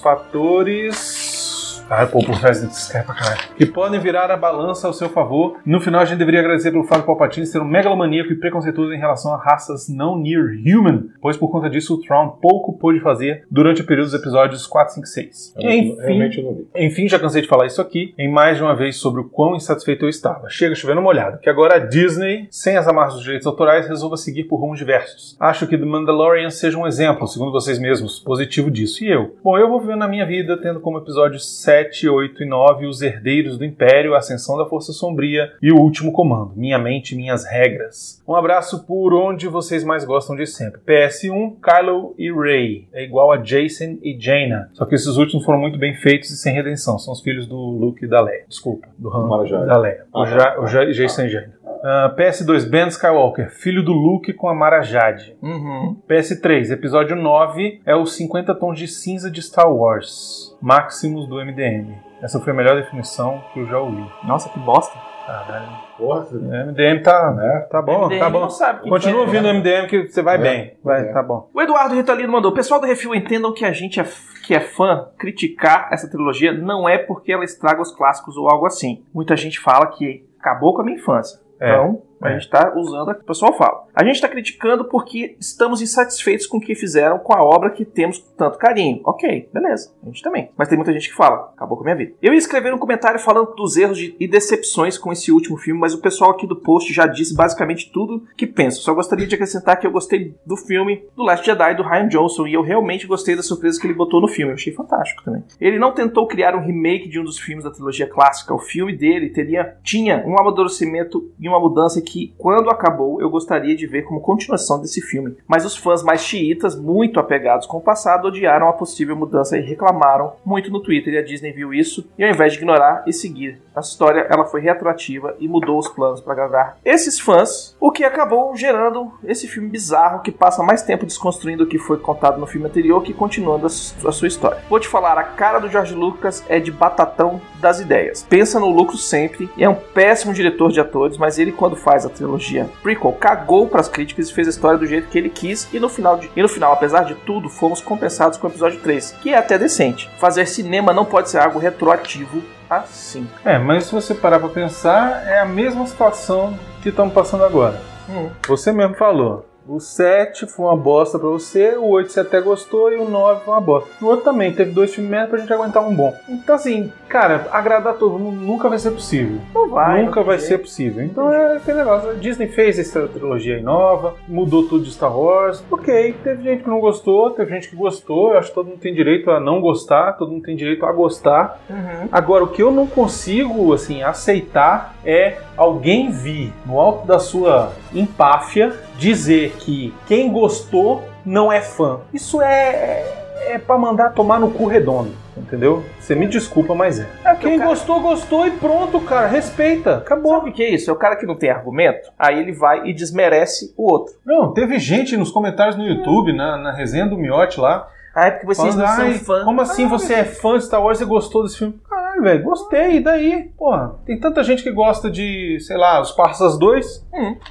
B: fatores. Ah, Caralho, pô, por trás desse cara pra caralho. Que podem virar a balança ao seu favor. No final, a gente deveria agradecer pelo Fábio Palpatine ser um megalomaníaco e preconceituoso em relação a raças não near human, pois por conta disso o Tron pouco pôde fazer durante o período dos episódios 4, 5 e 6.
F: Realmente, realmente eu não vi.
B: Enfim, já cansei de falar isso aqui em mais de uma vez sobre o quão insatisfeito eu estava. Chega chovendo molhado, que agora a Disney, sem as amarras dos direitos autorais, resolva seguir por rumos diversos. Acho que The Mandalorian seja um exemplo, segundo vocês mesmos, positivo disso. E eu? Bom, eu vou vivendo a minha vida tendo como episódios 7, 8 e 9 os herdeiros do Império, a ascensão da Força Sombria e o último comando, minha mente, minhas regras. Um abraço por onde vocês mais gostam de sempre. PS1, Kylo e Rey é igual a Jason e Jaina, só que esses últimos foram muito bem feitos e sem redenção. São os filhos do Luke e da Leia. Desculpa, do Han
F: Marajá.
B: da Leia. O,
F: Ah,
B: ja, o ja, Jason e Jaina. Ah, PS2, Ben Skywalker, filho do Luke com a Mara Jade.
D: Uhum.
B: PS3, episódio 9 é os 50 tons de cinza de Star Wars, Maximus do MDM. Essa foi a melhor definição que eu já ouvi.
D: Nossa, que bosta.
B: Caralho.
F: Porra, você-
B: MDM tá,
F: né?
B: tá bom,
D: MDM
B: tá
D: não
B: bom.
D: sabe o que
B: Continua
D: é,
B: ouvindo
D: né?
B: o MDM que você vai
F: É,
B: bem. Vai,
F: é.
B: tá bom.
D: O Eduardo Ritalino mandou: Pessoal do Refil, entendam que a gente é, f- que é fã, criticar essa trilogia não é porque ela estraga os clássicos ou algo assim. Muita gente fala que acabou com a minha infância.
B: É,
D: Então, a
B: é.
D: gente tá usando a que o pessoal fala. A gente tá criticando porque estamos insatisfeitos com o que fizeram com a obra que temos tanto carinho. Ok, beleza. A gente também. Mas tem muita gente que fala, acabou com a minha vida. Eu ia escrever um comentário falando dos erros de- e decepções com esse último filme, mas o pessoal aqui do post já disse basicamente tudo que penso. Só gostaria de acrescentar que eu gostei do filme do Last Jedi do Ryan Johnson e eu realmente gostei da surpresa que ele botou no filme. Eu achei fantástico também. Ele não tentou criar um remake de um dos filmes da trilogia clássica. O filme dele teria tinha um amadurecimento e uma mudança que, quando acabou, eu gostaria de ver como continuação desse filme. Mas os fãs mais xiitas, muito apegados com o passado, odiaram a possível mudança e reclamaram muito no Twitter. E a Disney viu isso e, ao invés de ignorar e seguir a história, ela foi reatrativa e mudou os planos para agradar esses fãs, o que acabou gerando esse filme bizarro que passa mais tempo desconstruindo o que foi contado no filme anterior que continuando a, su- a sua história. Vou te falar, a cara do George Lucas é de batatão das ideias. Pensa no lucro sempre, é um péssimo diretor de atores, mas ele quando faz a trilogia prequel cagou pras críticas e fez a história do jeito que ele quis e no final, de- e no final apesar de tudo, fomos compensados com o episódio 3, que é até decente. Fazer cinema não pode ser algo retroativo assim.
B: É, mas se você parar pra pensar, é a mesma situação que estamos passando agora.
D: Hum.
B: Você mesmo falou. O 7 foi uma bosta pra você, o 8 você até gostou e o 9 foi uma bosta. O outro também, teve dois filmes merda pra gente aguentar um bom. Então assim, cara, agradar todo mundo nunca vai ser possível.
D: Não vai.
B: Nunca
D: não
B: vai
D: tem
B: ser possível. Então é aquele negócio. A Disney fez essa trilogia aí nova, mudou tudo de Star Wars. Ok, teve gente que não gostou, teve gente que gostou. Eu acho que todo mundo tem direito a não gostar, todo mundo tem direito a gostar.
D: jeito. Uhum.
B: Agora, o que eu não consigo, assim, aceitar é alguém vir no alto da sua empáfia dizer que quem gostou não é fã. Isso é. É pra mandar tomar no cu redondo, entendeu? Você me desculpa, mas é.
D: É porque
B: Quem
D: o cara-
B: gostou, gostou e pronto, cara. Respeita. Acabou.
D: Sabe o que é isso? É o cara que não tem argumento, aí ele vai e desmerece o outro.
B: Não, teve gente nos comentários no YouTube, na, na resenha do Miote lá,
D: Ah, é porque vocês
B: falando,
D: não
B: "Ai,
D: são fã.
B: como assim você é fã de Star Wars e gostou desse filme? Caralho, velho, gostei, e daí? Porra, tem tanta gente que gosta de, sei lá, Os Parsas 2.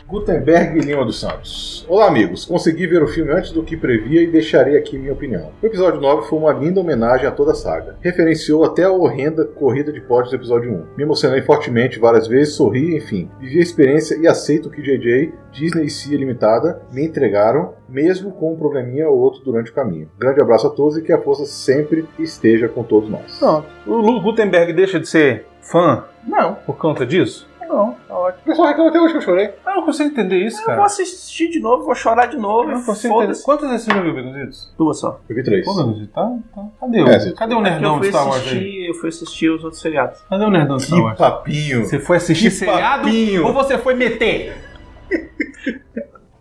F: Gutenberg Lima dos Santos. Olá, amigos. Consegui ver o filme antes do que previa e deixarei aqui minha opinião. O episódio 9 foi uma linda homenagem a toda a saga. Referenciou até a horrenda corrida de pódios um. do episódio 1. Me emocionei fortemente várias vezes, sorri, enfim. Vivi a experiência e aceito o que JJ Disney Sea Limitada me entregaram, mesmo com um probleminha ou outro durante o caminho. Grande abraço a todos e que a força sempre esteja com todos nós.
B: Pronto. O Lu Gutenberg deixa de ser fã
D: Não,
B: por conta disso?
D: não, tá ótimo.
F: O pessoal reclama até hoje que eu chorei.
B: Eu não consigo entender isso,
D: Eu
B: cara.
D: vou assistir de novo, vou chorar de novo.
B: Eu não consigo entender.
D: Foda-se.
B: Quantas vezes você já viu Bigozitos?
D: Duas só.
F: Eu vi três.
B: Pô, Bigozitos, tá, tá. Cadê o,
F: É, Zito.
B: cadê o
D: Porque eu
B: nerdão de
D: fui
B: Star Wars aí?
D: assistir, eu fui assistir os outros seriados.
B: Cadê o nerdão de Star
F: Que
B: Wars?
F: papinho.
B: Você foi assistir
F: Que
B: seriado
F: papinho.
B: ou você foi meter?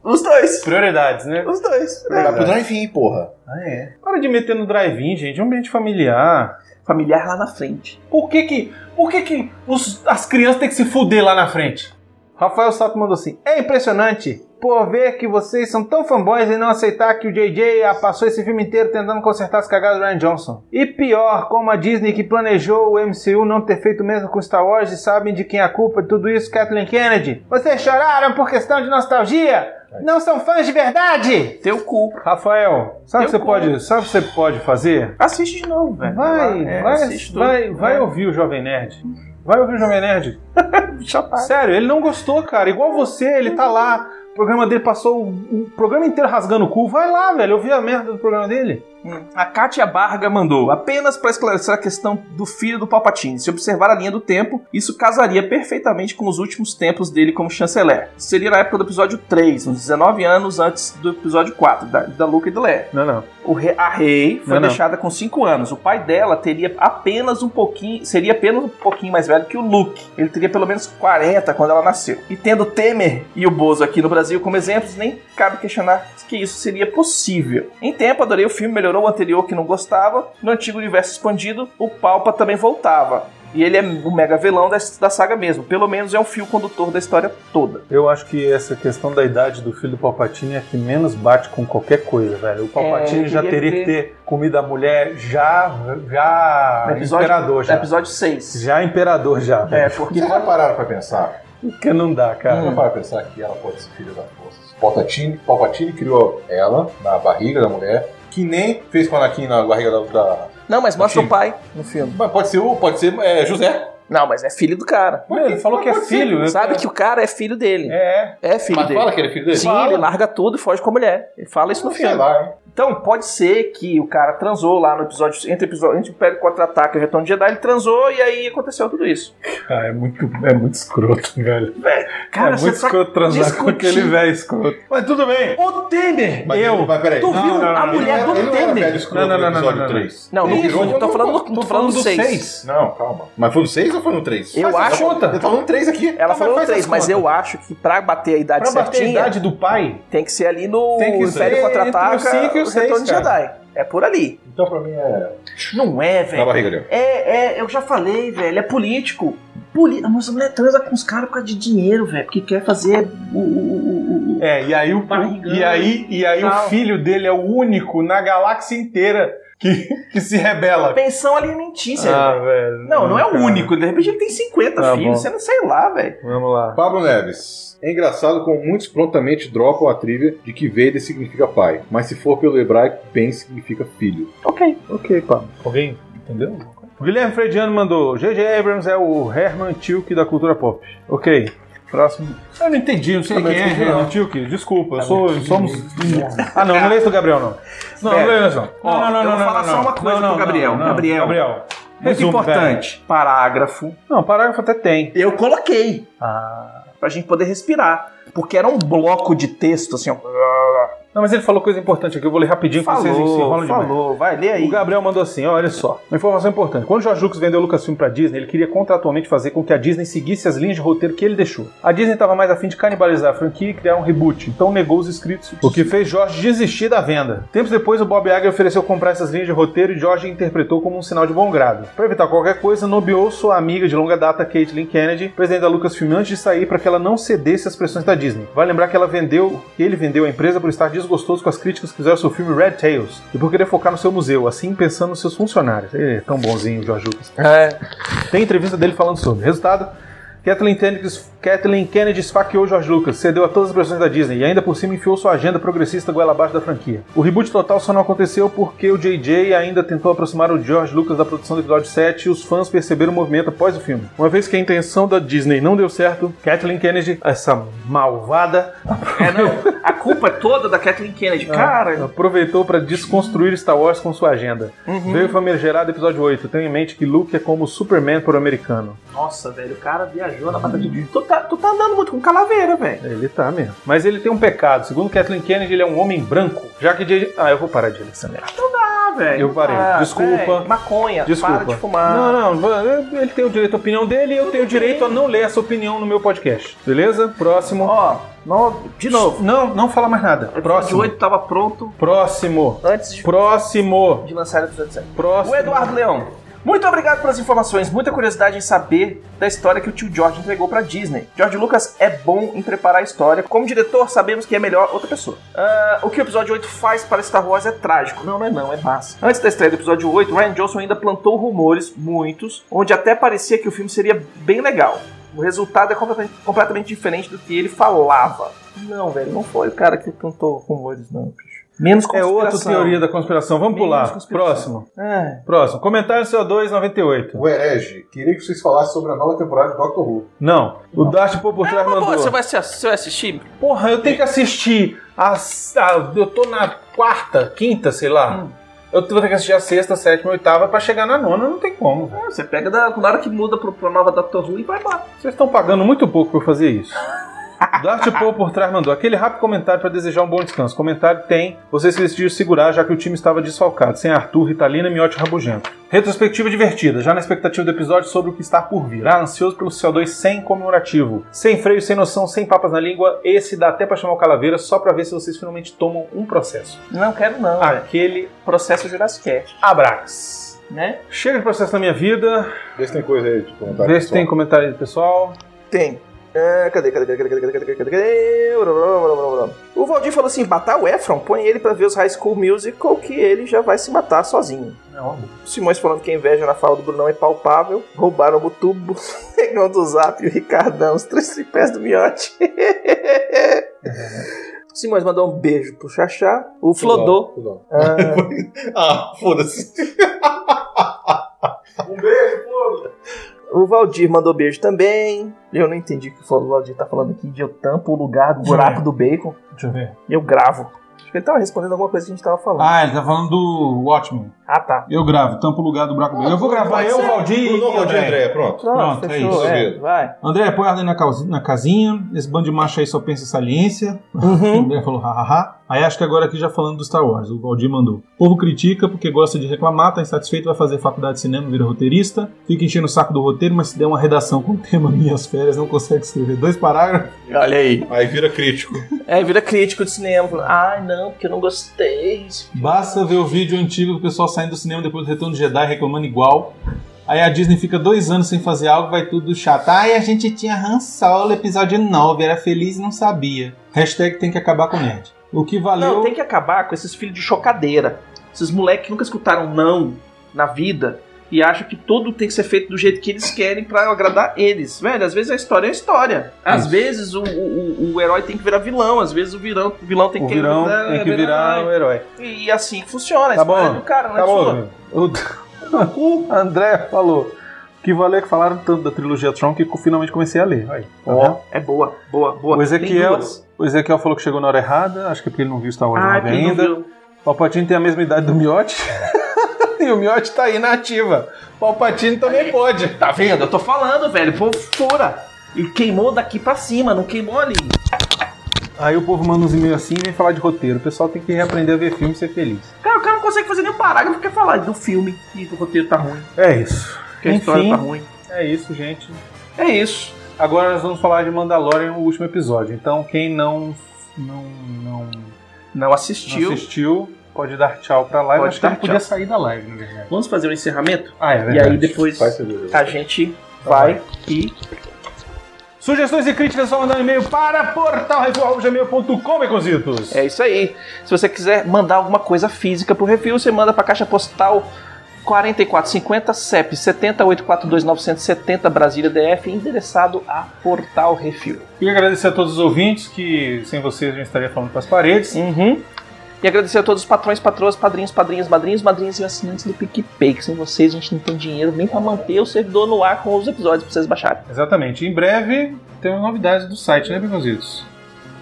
D: Os dois!
B: Prioridades, né?
D: Os dois! né?
F: Vai pro drive-in, porra.
B: Ah, é. Para de meter no drive-in, gente. É um ambiente familiar.
D: Familiar lá na frente.
B: Por que que, por que, que os- as crianças têm que se fuder lá na frente? Rafael Sato mandou assim: É impressionante por ver que vocês são tão fanboys e não aceitar que o JJ passou esse filme inteiro tentando consertar as cagadas do Ryan Johnson. E pior, como a Disney que planejou o MCU não ter feito o mesmo com Star Wars e sabem de quem é a culpa de tudo isso, Kathleen Kennedy. Vocês choraram por questão de nostalgia? Não são fãs de verdade!
D: Teu cu.
B: Rafael, sabe o que você
D: Eu como.
B: pode, sabe o que você pode fazer?
D: Assiste de novo, velho.
B: Vai,
D: É,
B: vai,
D: assiste tudo.
B: vai, vai
D: É.
B: ouvir o Jovem Nerd. Vai ouvir o Jovem Nerd.
D: Chapado.
B: Sério, ele não gostou, cara. Igual você, ele tá lá. O programa dele passou o o programa inteiro rasgando o cu. Vai lá, velho, ouvir a merda do programa dele.
D: Hum. A Kátia Barga mandou, apenas para esclarecer a questão do filho do Palpatine. Se observar a linha do tempo, isso casaria perfeitamente com os últimos tempos dele como chanceler. Seria na época do episódio 3, uns 19 anos antes do episódio 4, da, da Luke e do Leia.
B: Não, não.
D: O rei- a Rei foi
B: Não, não.
D: deixada com 5 anos. O pai dela teria apenas um pouquinho, seria apenas um pouquinho mais velho que o Luke. Ele teria pelo menos 40 quando ela nasceu. E tendo Temer e o Bozo aqui no Brasil como exemplos, nem cabe questionar que isso seria possível. Em tempo, adorei o filme, melhorou o anterior que não gostava. No antigo universo expandido, o Palpa também voltava. E ele é o mega vilão da, da saga mesmo. Pelo menos é um fio condutor da história toda.
B: Eu acho que essa questão da idade do filho do Palpatine é a que menos bate com qualquer coisa, velho. O Palpatine
D: É, eu
B: já
D: queria
B: teria que ter comido a mulher já, já
D: Episódio-
B: Ah, é imperador já.
D: Episódio 6.
B: Já imperador já, velho.
D: É, porque
F: Vocês já pararam pra pensar?
B: Porque não dá,
D: Hum.
B: cara.
F: Vocês já pararam pra pensar que ela pode ser filha da força? Palpatine, Palpatine criou ela na barriga da mulher, que nem fez com o Anakin na barriga da... da...
D: Não, mas mostra
F: Sim.
D: o pai no filme.
F: Mas pode ser o... Pode ser é, José.
D: Não, mas é filho do cara.
B: Não, ele falou que é filho. eu-
D: Sabe que o cara é filho dele. É,
B: É.
D: filho
F: Mas
D: dele.
F: fala que ele é filho dele?
D: Sim,
F: Fala.
D: ele larga tudo e foge com a mulher. Ele fala isso no
F: Sei
D: filme.
F: lá, hein?
D: Então, pode ser que o cara transou lá no episódio. Entre, episódio, entre o Império Contra-Ataque e o Retorno de Jedi, ele transou e aí aconteceu tudo isso.
B: Cara, é muito, é muito escroto, velho.
D: Cara,
B: é muito
D: você tá...
B: escroto transar com
D: discutindo.
B: aquele velho escroto. Mas tudo bem.
D: O Temer!
F: Mas
B: Eu-
F: ele- Mas peraí.
D: Tu
B: Não,
D: viu
B: não, não,
D: a
B: não.
D: mulher
F: ele não
D: do
F: era- ele não era velho
D: Temer?
F: escroto
B: Não, não, não,
F: no
B: não,
F: episódio
B: não, não.
F: 3.
D: Não, não
B: Isso,
D: virou. Eu tô falando, no- tô falando do 6.
F: Não,
B: tá
F: calma. Mas foi no 6 ou foi no 3?
D: Eu acho-
F: Eu tô falando 3 aqui.
D: Ela
F: Ah,
D: falou
F: faz
D: três,
F: as
D: mas
F: contas.
D: eu acho que pra bater a idade
B: Pra bater a
D: certinha,
B: idade do pai,
D: tem que ser ali no
B: Tem que ser
D: Império
B: entre o cinco e
D: Contra-Ataca
B: o
D: e o Retorno
B: seis,
D: de Jedi. É por ali.
F: Então pra mim é...
D: Não é,
F: Na
D: velho.
F: barriga dele.
D: É, é, eu já falei, velho, é político. Poli... Mas a mulher transa com os caras por causa de dinheiro, velho, porque quer fazer o. o- o- o-
B: é, e aí o
D: Barrigão.
B: e aí, e aí o
D: Não.
B: filho dele é o único na galáxia inteira que, que se rebela.
D: Pensão alimentícia.
B: Ah, velho.
D: Não, não é o
B: cara.
D: único. De repente ele tem 50
B: Tá
D: filhos,
B: bom.
D: você não sei lá, velho.
B: Vamos lá.
F: Pablo Neves. É engraçado como muitos prontamente dropam a trivia de que Vader significa pai, mas se for pelo hebraico, Ben significa filho.
D: Ok.
B: Ok, pá. Alguém entendeu? O Guilherme Frediano mandou. J.J. Abrams é o Herman Tilke da cultura pop. Ok. Próximo. Eu não entendi, não sei
F: Também
B: quem é
F: não entendi,
B: Herman
F: não.
B: Tilke. Desculpa, eu sou, somos. Ah, não, não leio do Gabriel, não. Não, não
D: Pera.
B: leio isso, não.
D: Ó,
B: Não, não,
D: eu
B: não,
D: vou
B: não,
D: falar
B: não,
D: só
B: não.
D: uma coisa
B: Não,
D: pro
B: não,
D: Gabriel.
B: não, não.
D: Gabriel.
B: Gabriel.
D: Muito
B: Resumo,
D: importante. Parágrafo.
B: velho. Não, parágrafo até tem.
D: Eu coloquei.
B: Ah.
D: Pra gente poder respirar. Porque era um bloco de texto, assim, ó.
B: Não, mas ele falou coisa importante aqui, eu vou ler rapidinho que vocês se enrolam
D: Falou,
B: demais.
D: falou. Vai, lê aí.
B: O Gabriel mandou assim, ó, olha só, uma informação importante. Quando George Lucas vendeu o Lucasfilm pra Disney, ele queria contratualmente fazer com que a Disney seguisse as linhas de roteiro que ele deixou. A Disney estava mais afim de canibalizar a franquia e criar um reboot, então negou os escritos, o que fez George desistir da venda. Tempos depois, o Bob Iger ofereceu comprar essas linhas de roteiro e George interpretou como um sinal de bom grado. Para evitar qualquer coisa, nomeou sua amiga de longa data, Caitlin Kennedy, presidente da Lucasfilm, antes de sair para que ela não cedesse às pressões da Disney. Vai lembrar que ela vendeu, que ele vendeu a empresa por estar desgostoso com as críticas que fizeram seu filme Red Tails e por querer focar no seu museu, assim pensando nos seus funcionários. Ele é tão bonzinho, o George Lucas. Tem entrevista dele falando sobre. Resultado. Kathleen Kennedy, Kathleen Kennedy esfaqueou George Lucas, cedeu a todas as pressões da Disney e ainda por cima enfiou sua agenda progressista goela abaixo da franquia. O reboot total só não aconteceu porque o JJ ainda tentou aproximar o George Lucas da produção do episódio 7 e os fãs perceberam o movimento após o filme. Uma vez que a intenção da Disney não deu certo, Kathleen Kennedy, essa malvada,
D: É, não. A culpa é toda da Kathleen Kennedy. Cara,
B: aproveitou para desconstruir Star Wars com sua agenda.
D: Uhum.
B: Veio o famigerado episódio 8. Tenha em mente que Luke é como Superman por americano.
D: nossa, velho, o cara viajou na batata de. Tu tá, tu tá andando muito com calaveira, velho.
B: Ele tá mesmo. Mas ele tem um pecado. Segundo Kathleen Kennedy, ele é um homem branco. Já que. J.J. Ah, eu vou parar de ler essa merda.
D: Ah, velho.
B: Eu parei.
D: Ah,
B: Desculpa.
D: velho, Maconha.
B: Desculpa.
D: Para de fumar.
B: Não, não. Ele tem o direito à opinião dele e eu tenho o direito a não ler essa opinião no meu podcast. Beleza? Próximo.
D: Ó, no- de novo.
B: Não, não fala mais nada.
D: O episódio
B: Próximo.
D: 8 tava pronto
B: Próximo.
D: antes de,
B: Próximo.
D: de lançar o episódio 7.
B: Próximo.
D: O Eduardo Leão. Muito obrigado pelas informações, muita curiosidade em saber da história que o tio George entregou pra Disney. George Lucas é bom em preparar a história. Como diretor, sabemos que é melhor outra pessoa. Ah, o que o episódio 8 faz para Star Wars é trágico. Não, não é não, é massa. Antes da estreia do episódio 8, Ryan Johnson ainda plantou rumores, muitos, onde até parecia que o filme seria bem legal. O resultado é completamente, completamente diferente do que ele falava. Não, velho, não foi o cara que plantou rumores, não, bicho. Menos
B: É
D: conspiração.
B: outra teoria da conspiração. Vamos
D: Menos
B: pular.
D: conspiração.
B: Próximo.
D: É.
B: Próximo. Comentário CO2 98.
F: O Herege, queria que vocês falassem sobre a nova temporada de Doctor Who.
B: Não. O Dash por
D: É
B: trás
D: uma boa,
B: mandou.
D: você vai, assi- você vai assistir?
B: Porra, eu tenho que assistir. As, a- eu tô na quarta, quinta, sei lá.
D: Hum.
B: Eu vou ter que assistir a sexta, sétima, oitava pra chegar na nona, não tem como. velho.
D: Ah, Você pega da, na hora que muda pro, pra nova Doctor Who e vai lá.
B: Vocês estão pagando muito pouco por fazer isso. Dart Paul por trás mandou aquele rápido comentário pra desejar um bom descanso. Comentário tem. Vocês decidiram segurar já que o time estava desfalcado, sem Arthur, Ritalina e Miotti Rabugento. Retrospectiva divertida, já na expectativa do episódio sobre o que está por vir. Ah, ansioso pelo CO2 sem comemorativo. Sem freio, sem noção, sem papas na língua. Esse dá até pra chamar o Calaveira só pra ver se vocês finalmente tomam um processo.
D: Não quero não, velho.
B: Aquele
D: Processo Jurassic, Cast,
B: abrax.
D: né?
B: Chega de processo na minha vida.
F: Vê se tem coisa aí de comentário.
B: Vê se tem comentário aí do pessoal.
D: Tem. É, cadê, cadê, cadê, cadê, cadê, cadê, cadê, cadê, cadê? Blá, blá, blá, blá, blá. O Valdir falou assim, matar o Efron, põe ele pra ver os High School Musical que ele já vai se matar sozinho.
B: Não,
D: Simões falando que a inveja na fala do Brunão é palpável. Roubaram o tubo, negão do Zap e o Ricardão, os três tripés do miote. Simões mandou um beijo pro Xaxá. O Flodô. Ah,
F: Ah, foda-se. um beijo, foda
D: O Valdir mandou beijo também. Eu não entendi o que o Valdir tá falando aqui de eu tampo o lugar do buraco do bacon
B: deixa eu ver.
D: e eu gravo. Acho que ele tava respondendo alguma coisa que a gente tava falando. Ah,
B: Ah, ele tá falando do Watchmen.
D: tá.
B: Eu gravo, tampo o lugar do buraco dele. Eu vou gravar
F: Pode
B: eu,
F: ser.
B: Valdir e
F: Bruno, Ah, Valdir e
B: André.
F: André, pronto.
D: Pronto,
B: Pronto, é
D: fechou.
B: isso,
D: é,
F: Valdir.
D: vai.
B: André, põe ordem na, causi- na casinha. Esse bando de macho aí só pensa em saliência. O
D: Uhum.
B: André falou hahaha. Aí acho que agora aqui já falando do Star Wars. O Valdir mandou. Povo critica porque gosta de reclamar, tá insatisfeito, vai fazer faculdade de cinema, vira roteirista. Fica enchendo o saco do roteiro, mas se der uma redação com o tema Minhas Férias, não consegue escrever dois parágrafos.
D: Olha aí.
F: Aí vira crítico.
D: É, vira crítico de cinema. falando, Ai, não, porque eu não gostei.
B: Basta ver o vídeo antigo do pessoal saindo do cinema depois do Retorno de Jedi reclamando igual. Aí a Disney fica dois anos sem fazer algo, vai tudo chato. Ai, a gente tinha Han Solo, episódio 9, era feliz e não sabia. Hashtag tem que acabar com o nerd. O que valeu...
D: Não, tem que acabar com esses filhos de chocadeira. Esses moleques que nunca escutaram não na vida e acham que tudo tem que ser feito do jeito que eles querem pra agradar eles. Velho, às vezes a história é a história. Às vezes o, o, o- o herói tem que virar vilão, às vezes o vilão, o vilão tem que virar, herói.
B: herói.
D: E, e assim que funciona. A
B: Tá
D: história
B: bom.
D: do cara, não é sua.
B: Acabou. O André falou que valeu é que falaram tanto da trilogia Tron que finalmente comecei a ler.
D: Ó, é boa, boa, boa.
B: O
D: Tem
B: Ezequiel,
D: duas.
B: o Ezequiel falou que chegou na hora errada, acho que é porque ele não viu Star Wars
D: Ah,
B: 9
D: quem não
B: ainda.
D: viu?
B: Palpatine tem a mesma idade do Miotti. e o Miotti tá aí na ativa. Palpatine também pode.
D: Tá vendo? Eu tô falando, velho. Pô, fura. E queimou daqui pra cima, não queimou ali.
B: Aí o povo manda uns e-mails assim e vem falar de roteiro. O pessoal tem que reaprender a ver filme e ser feliz.
D: Cara, o cara não consegue fazer nenhum parágrafo porque falar do filme que o roteiro tá ruim,
B: É isso.
D: que a história
B: Enfim.
D: tá ruim.
B: É isso, gente.
D: É isso.
B: Agora nós vamos falar de Mandalorian, o último episódio. Então quem não não não,
D: Não
B: não
D: assistiu.
B: assistiu pode dar tchau pra live.
D: Pode
B: Acho que
D: dar
B: ele podia
D: tchau.
B: sair da live, na verdade.
D: Vamos fazer o encerramento?
B: Ah, é
D: e
B: verdade.
D: aí depois
F: Faz sentido.
D: a gente vai e.
B: Sugestões e críticas é só mandar um e-mail para portalreview.gmail.com, Beconzitos.
D: É isso aí. Se você quiser mandar alguma coisa física pro review, você manda pra caixa postal 4450 CEP 708429070 Brasília DF, endereçado a Portal Refil.
A: Queria agradecer a todos os ouvintes, que sem vocês a gente estaria falando para as paredes.
D: Uhum. E agradecer a todos os patrões, patroas, padrinhos, padrinhos, madrinhos, madrinhas e assinantes do PicPay, que sem vocês a gente não tem dinheiro nem para manter o servidor no ar com os episódios pra vocês baixarem.
A: Exatamente. Em breve temos novidades do site, né, Begonzitos?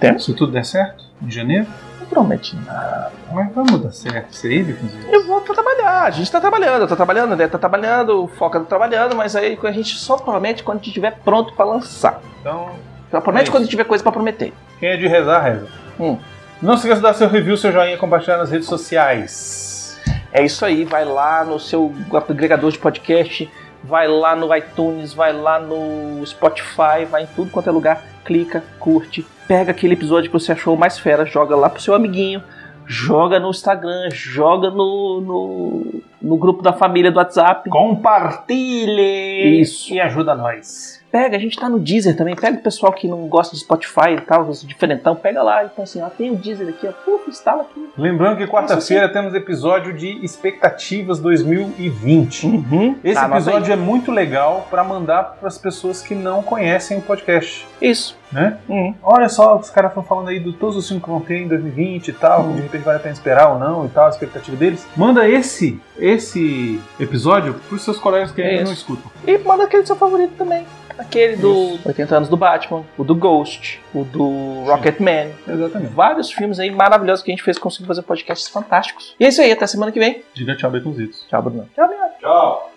D: Temos.
A: Se tudo der certo, em janeiro.
D: Não promete nada.
A: Mas vamos dar certo isso aí, Begonzitos.
D: Eu vou pra trabalhar, a gente tá trabalhando, tá trabalhando, né? Tá trabalhando, o Foca tá trabalhando, mas aí a gente só promete quando a gente estiver pronto pra lançar.
A: Então,
D: Só
A: É
D: promete
A: isso.
D: quando tiver coisa pra prometer.
A: quem é de rezar, reza.
D: Hum.
A: Não se esqueça de dar seu review, seu joinha e compartilhar nas redes sociais.
D: É isso aí, vai lá no seu agregador de podcast, vai lá no iTunes, vai lá no Spotify, vai em tudo quanto é lugar, clica, curte, pega aquele episódio que você achou mais fera, joga lá pro seu amiguinho, joga no Instagram, joga no, no, no grupo da família do WhatsApp.
A: Compartilhe!
D: Isso.
A: E ajuda nós.
D: Pega, a gente tá no Deezer também, pega o pessoal que não gosta de Spotify e tal, os diferentão, pega lá, então assim, ó, tem o Deezer aqui, ó, puf, instala aqui.
A: Lembrando que quarta-feira temos episódio de Expectativas 2020.
D: Uhum.
A: Esse episódio é muito legal para mandar para as pessoas que não conhecem o podcast,
D: Isso.
A: né?
D: Uhum.
A: Olha só, os caras estão falando aí de todos os filmes que vão ter em 2020 e tal, de repente vale a pena esperar ou não e tal, a expectativa deles. Manda esse esse episódio para os seus colegas que ainda
D: É Isso.
A: não escutam.
D: E manda aquele seu favorito também. Aquele do 80 anos do Batman, o do Ghost, o do Rocketman.
A: Exatamente.
D: Vários filmes aí maravilhosos que a gente fez, conseguiu fazer podcasts fantásticos. E é isso aí, até semana que vem.
A: Diga tchau, Betonzitos.
D: Tchau, Bruno. Tchau, Bruno.
F: Tchau!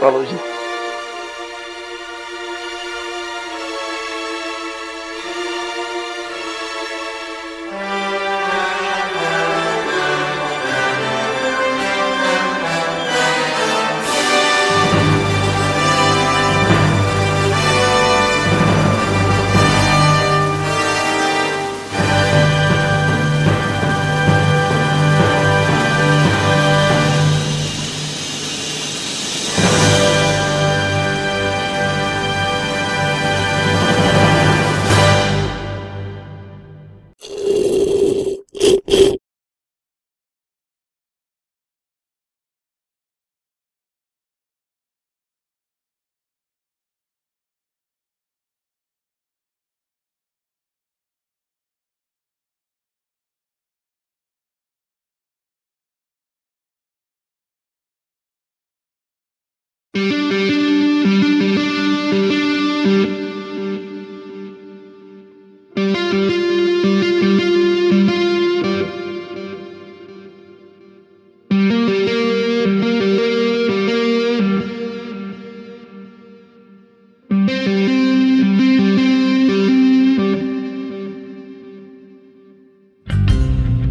D: Falou, gente.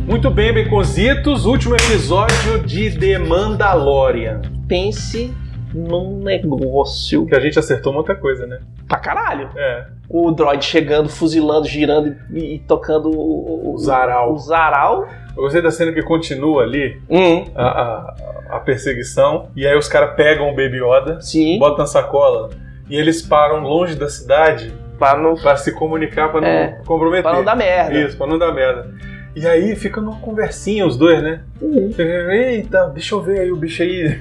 A: Muito bem, Beconzitos, último episódio de The Mandalorian.
D: Pense num negócio
A: Que a gente acertou muita coisa, né?
D: pra caralho.
A: É.
D: O droid chegando, fuzilando, girando e, e tocando o, o,
A: O Zaral.
D: o zaral.
A: Eu gostei da cena que continua ali
D: Hum,
A: a, a- a perseguição. E aí os caras pegam o Baby Yoda,
D: sim.
A: botam na sacola e eles param longe da cidade
D: Pra não,
A: pra se comunicar, pra não
D: É,
A: comprometer.
D: pra não dar merda.
A: Isso, pra não dar merda. E aí fica numa conversinha os dois, né?
D: Uhum.
A: Eita, deixa eu ver aí o bicho aí.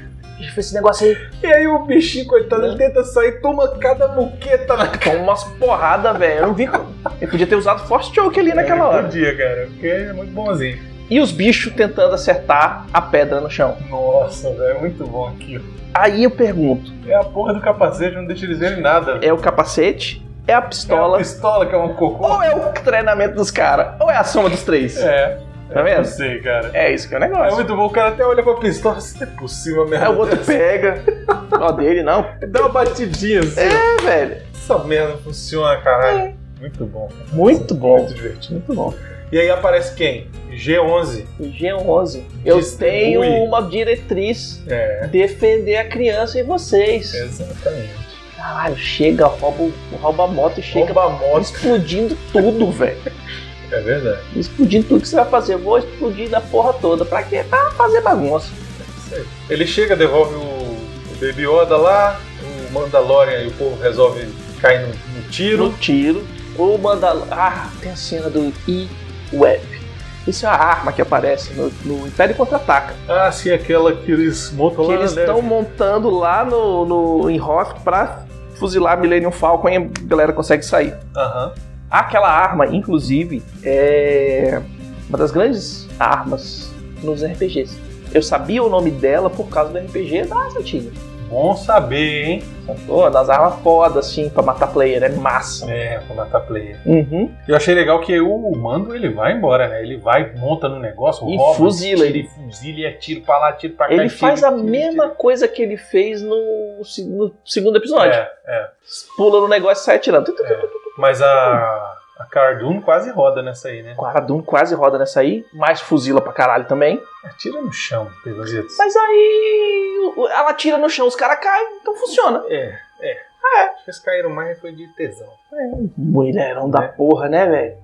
D: Esse negócio aí
A: E aí o bichinho, coitado, ele tenta sair, toma cada muqueta na
D: Toma umas porradas, velho. Eu não vi. Eu podia ter usado Force Choke ali naquela é hora.
A: dia, cara, porque é muito bonzinho.
D: E os bichos tentando acertar a pedra no chão.
A: Nossa, velho, é muito bom aquilo.
D: Aí eu pergunto:
A: É a porra do capacete, não deixa eles verem nada. velho.
D: é o capacete? É a
A: É a
D: pistola?
A: pistola que é um cocô.
D: Ou é o treinamento dos caras? Ou é a soma dos três?
A: É.
D: Tá
A: Eu
D: vendo?
A: sei, cara.
D: É isso que é o
A: É
D: negócio.
A: muito bom, o cara até olha pra pistola, isso não é possível, merda.
D: Aí o outro pega. Ó, dele não.
A: Dá uma batidinha assim.
D: É, velho.
A: Essa merda funciona, caralho. Muito bom, cara.
D: Muito bom.
A: muito divertido.
D: Muito bom.
A: E aí aparece quem? G11.
D: G11. Eu
A: Distribui.
D: tenho uma diretriz.
A: É,
D: Defender a criança e vocês.
A: exatamente.
D: Caralho, chega, rouba, rouba a moto e chega
A: Bomba moto.
D: explodindo tudo, velho.
A: É verdade.
D: Explodindo tudo que você vai fazer. Eu vou explodir da porra toda. Pra quê? Pra fazer bagunça.
A: Ele chega, devolve o, o Baby Yoda lá, o Mandalorian e o povo resolve cair no, no tiro.
D: No tiro. Ou mandar. Ah, tem a cena do E-Web. Isso é uma arma que aparece no, no Império Contra-Ataca.
A: Ah, sim, aquela que eles montam
D: Uhum. que
A: lá né?
D: eles
A: na neve.
D: estão montando lá no, no, em Hoth pra fuzilar a Millennium Falcon e a galera consegue sair.
A: Aham.
D: Aquela arma, inclusive, é uma das grandes armas nos RPGs. Eu sabia o nome dela por causa do RPG das antigas.
A: Bom saber, hein?
D: Sacou? Das armas fodas, assim, pra matar player. É massa.
A: É, pra matar player.
D: Uhum.
A: Eu achei legal que o mando ele vai embora, né? Ele vai, monta no negócio,
D: E
A: rouba,
D: fuzila
A: tira, ele. fuzila e é tiro pra lá, tiro pra cá.
D: Ele
A: e tiro,
D: faz a
A: tiro, tiro,
D: mesma coisa que ele fez no, se- no segundo
A: tiro.
D: episódio.
A: É, é.
D: Pula no negócio e sai atirando.
A: Mas a, a Cardoon quase roda nessa aí, né?
D: O Aradum quase roda nessa aí, mas fuzila pra caralho também.
A: Atira É, no chão, Pesazitos.
D: Mas aí o- ela tira no chão, os caras caem, então funciona.
A: É, é. Vocês caíram mais foi de tesão.
D: Mulherão da
A: É.
D: porra, né, velho?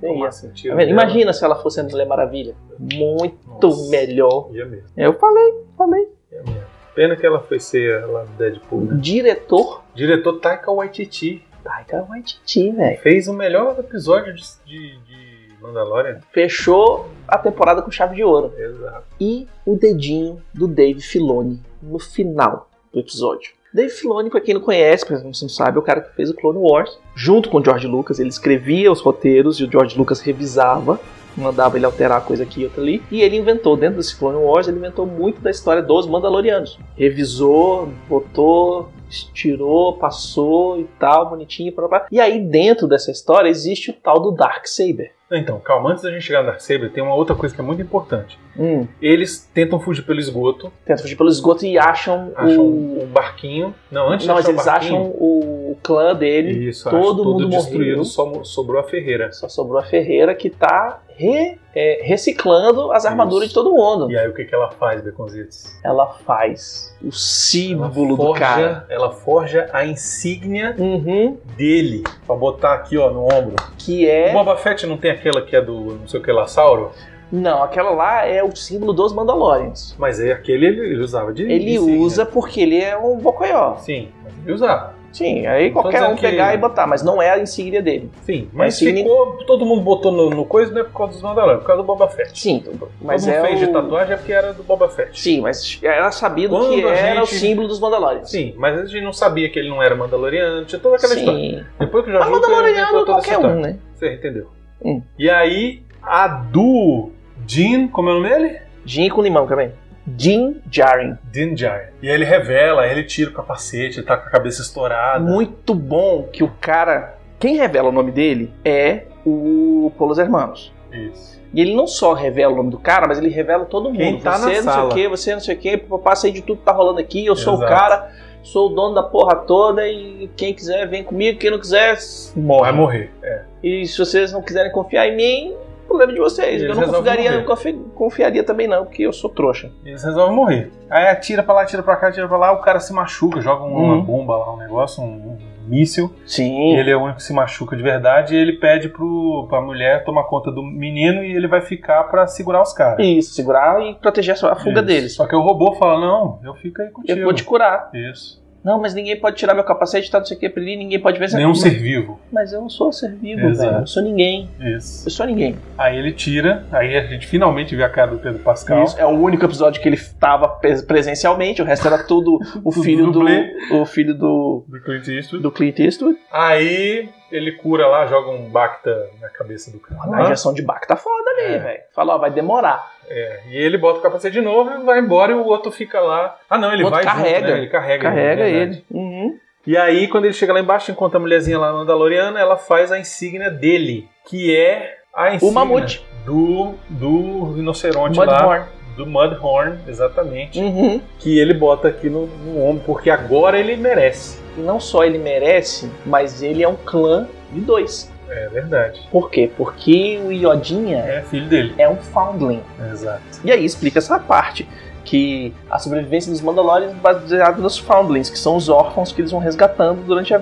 D: Tem
A: Tomar
D: isso.
A: assim,
D: Tá
A: tiro
D: vendo?
A: dela.
D: Imagina se ela fosse a Mulher Maravilha. Muito
A: Nossa.
D: melhor.
A: É mesmo,
D: Eu falei, falei.
A: é mesmo. Pena que ela foi ser lá do Deadpool, né?
D: Diretor
A: Diretor Taika Waititi.
D: Taika Waititi, velho.
A: Fez o melhor episódio de, de, de Mandalorian.
D: Fechou a temporada com chave de ouro.
A: Exato.
D: E o dedinho do Dave Filoni no final do episódio. Dave Filoni, pra quem não conhece, pra quem não sabe, é o cara que fez o Clone Wars. Junto com o George Lucas, ele escrevia os roteiros e o George Lucas revisava. Mandava ele alterar a coisa aqui e outra ali. E ele inventou, dentro desse Clone Wars, ele inventou muito da história dos Mandalorianos. Revisou, botou, tirou, passou e tal, bonitinho. Blá, blá. blá. E aí, dentro dessa história, existe o tal do Darksaber.
A: Então, calma, antes da gente chegar no Darksaber, tem uma outra coisa que é muito importante.
D: Hum.
A: Eles tentam fugir pelo esgoto,
D: Tentam fugir pelo esgoto e acham,
A: acham
D: o...
A: um barquinho. Não, antes
D: Não,
A: de
D: mas
A: achar o
D: eles
A: barquinho,
D: acham o clã dele,
A: Isso,
D: todo
A: acham tudo
D: mundo morreu.
A: destruído, só mo- sobrou a Ferreira.
D: só sobrou a Ferreira que tá re- é, reciclando as armaduras
A: Isso.
D: de todo mundo.
A: E aí o que, que ela faz, Beconzitos?
D: Ela faz o
A: Ela
D: símbolo do
A: forja-
D: cara.
A: Ela forja a insígnia
D: Uhum,
A: dele pra botar aqui, ó, no ombro.
D: que
A: O
D: é.
A: Boba Fett não tem aquela que é do não sei o que lá, Sauro?
D: Não, aquela lá é o símbolo dos Mandalorians.
A: Mas é aquele ele, ele usava de
D: Ele
A: insígnia.
D: usa porque ele é um bocoió.
A: Sim, mas ele usava.
D: Sim, aí
A: Não tô
D: qualquer
A: dizendo
D: um
A: que-
D: pegar e botar, mas não é a insígnia dele.
A: Sim, mas
D: Insígnia.
A: ficou... Todo mundo botou no, no coisa, não é por causa dos Mandalorian, é por causa do Boba Fett.
D: Sim, mas
A: Todo
D: é
A: mundo fez
D: o...
A: de tatuagem é porque era do Boba Fett.
D: Sim, mas era sabido
A: Quando
D: que
A: a
D: era o
A: gente-
D: símbolo dos Mandalorians.
A: Sim, mas a gente não sabia que ele não era mandaloriano, tinha toda aquela história. Depois que o
D: Mas
A: Jorge Lucas
D: Mandaloriano
A: inventou toda essa
D: qualquer
A: história.
D: um, né?
A: Você entendeu.
D: Hum.
A: E aí, a do Jean, como é o nome dele?
D: Gin com limão também. Jim Jarin.
A: Din Djarin. E aí ele revela, aí ele tira o capacete, ele tá com a cabeça estourada.
D: É Muito bom que o cara. Quem revela o nome dele é o Polos Hermanos.
A: Isso.
D: E ele não só revela o nome do cara, mas ele revela todo mundo.
A: Quem tá na
D: você não sei o
A: sala.
D: que, você não sei o que, passa aí de tudo que tá rolando aqui, eu sou o
A: Exato.
D: cara, sou o dono da porra toda e quem quiser vem comigo, quem não quiser
A: Vai
D: morre.
A: morrer. É.
D: E se vocês não quiserem confiar em mim, problema de
A: Eles
D: vocês. eu não
A: resolvem
D: confiaria,
A: morrer.
D: não confi- confiaria também não, porque eu sou trouxa.
A: Eles resolvem morrer. Aí É, atira pra lá, atira pra cá, atira pra lá, o cara se machuca, joga um- uma
D: Uhum.
A: bomba lá, um negócio, um, um míssil. E
D: Sim.
A: ele é o único que se machuca de verdade e ele pede pro, pra mulher tomar conta do menino e ele vai ficar pra segurar os caras.
D: Isso, segurar e proteger a sua- a fuga
A: Isso.
D: deles.
A: Só que o robô fala, não, eu fico aí contigo.
D: Eu vou te curar.
A: Isso.
D: Não, mas ninguém pode tirar meu capacete, tá, não sei o que, ali, ninguém pode ver.
A: Nenhum
D: mas,
A: um ser vivo.
D: mas eu não sou ser vivo,
A: Exato.
D: velho. Eu não sou ninguém.
A: Isso.
D: Eu sou ninguém.
A: Aí ele tira, aí a gente finalmente vê a cara do Pedro Pascal.
D: Isso é o único episódio que ele tava pres- presencialmente, o resto era tudo o filho do.
A: Dublê.
D: O filho do.
A: Do Clint Eastwood.
D: Do Clint Eastwood.
A: Aí ele cura lá, joga um Bacta na cabeça do cara.
D: A injeção de Bach tá foda ali,
A: É.
D: velho. Fala, ó, vai demorar.
A: É, e ele bota o capacete de novo e vai embora e o outro fica lá. Ah não, ele
D: O
A: vai
D: outro
A: junto,
D: carrega.
A: né? Ele carrega,
D: Carrega
A: né? Verdade.
D: ele. Uhum.
A: E aí quando ele chega lá embaixo, encontra a mulherzinha lá mandaloriana, ela faz a insígnia dele, que é a insígnia
D: mamute.
A: do do rinoceronte lá,
D: Mudhorn.
A: do Mudhorn, exatamente,
D: Uhum.
A: que ele bota aqui no, no ombro porque agora ele merece.
D: E não só ele merece, mas ele é um clã de dois.
A: É verdade.
D: Por quê? Porque o Iodinha
A: É filho dele.
D: é um foundling.
A: Exato.
D: E aí explica essa parte, que a sobrevivência dos Mandalorians é baseada nos Foundlings, que são os órfãos que eles vão resgatando durante, a-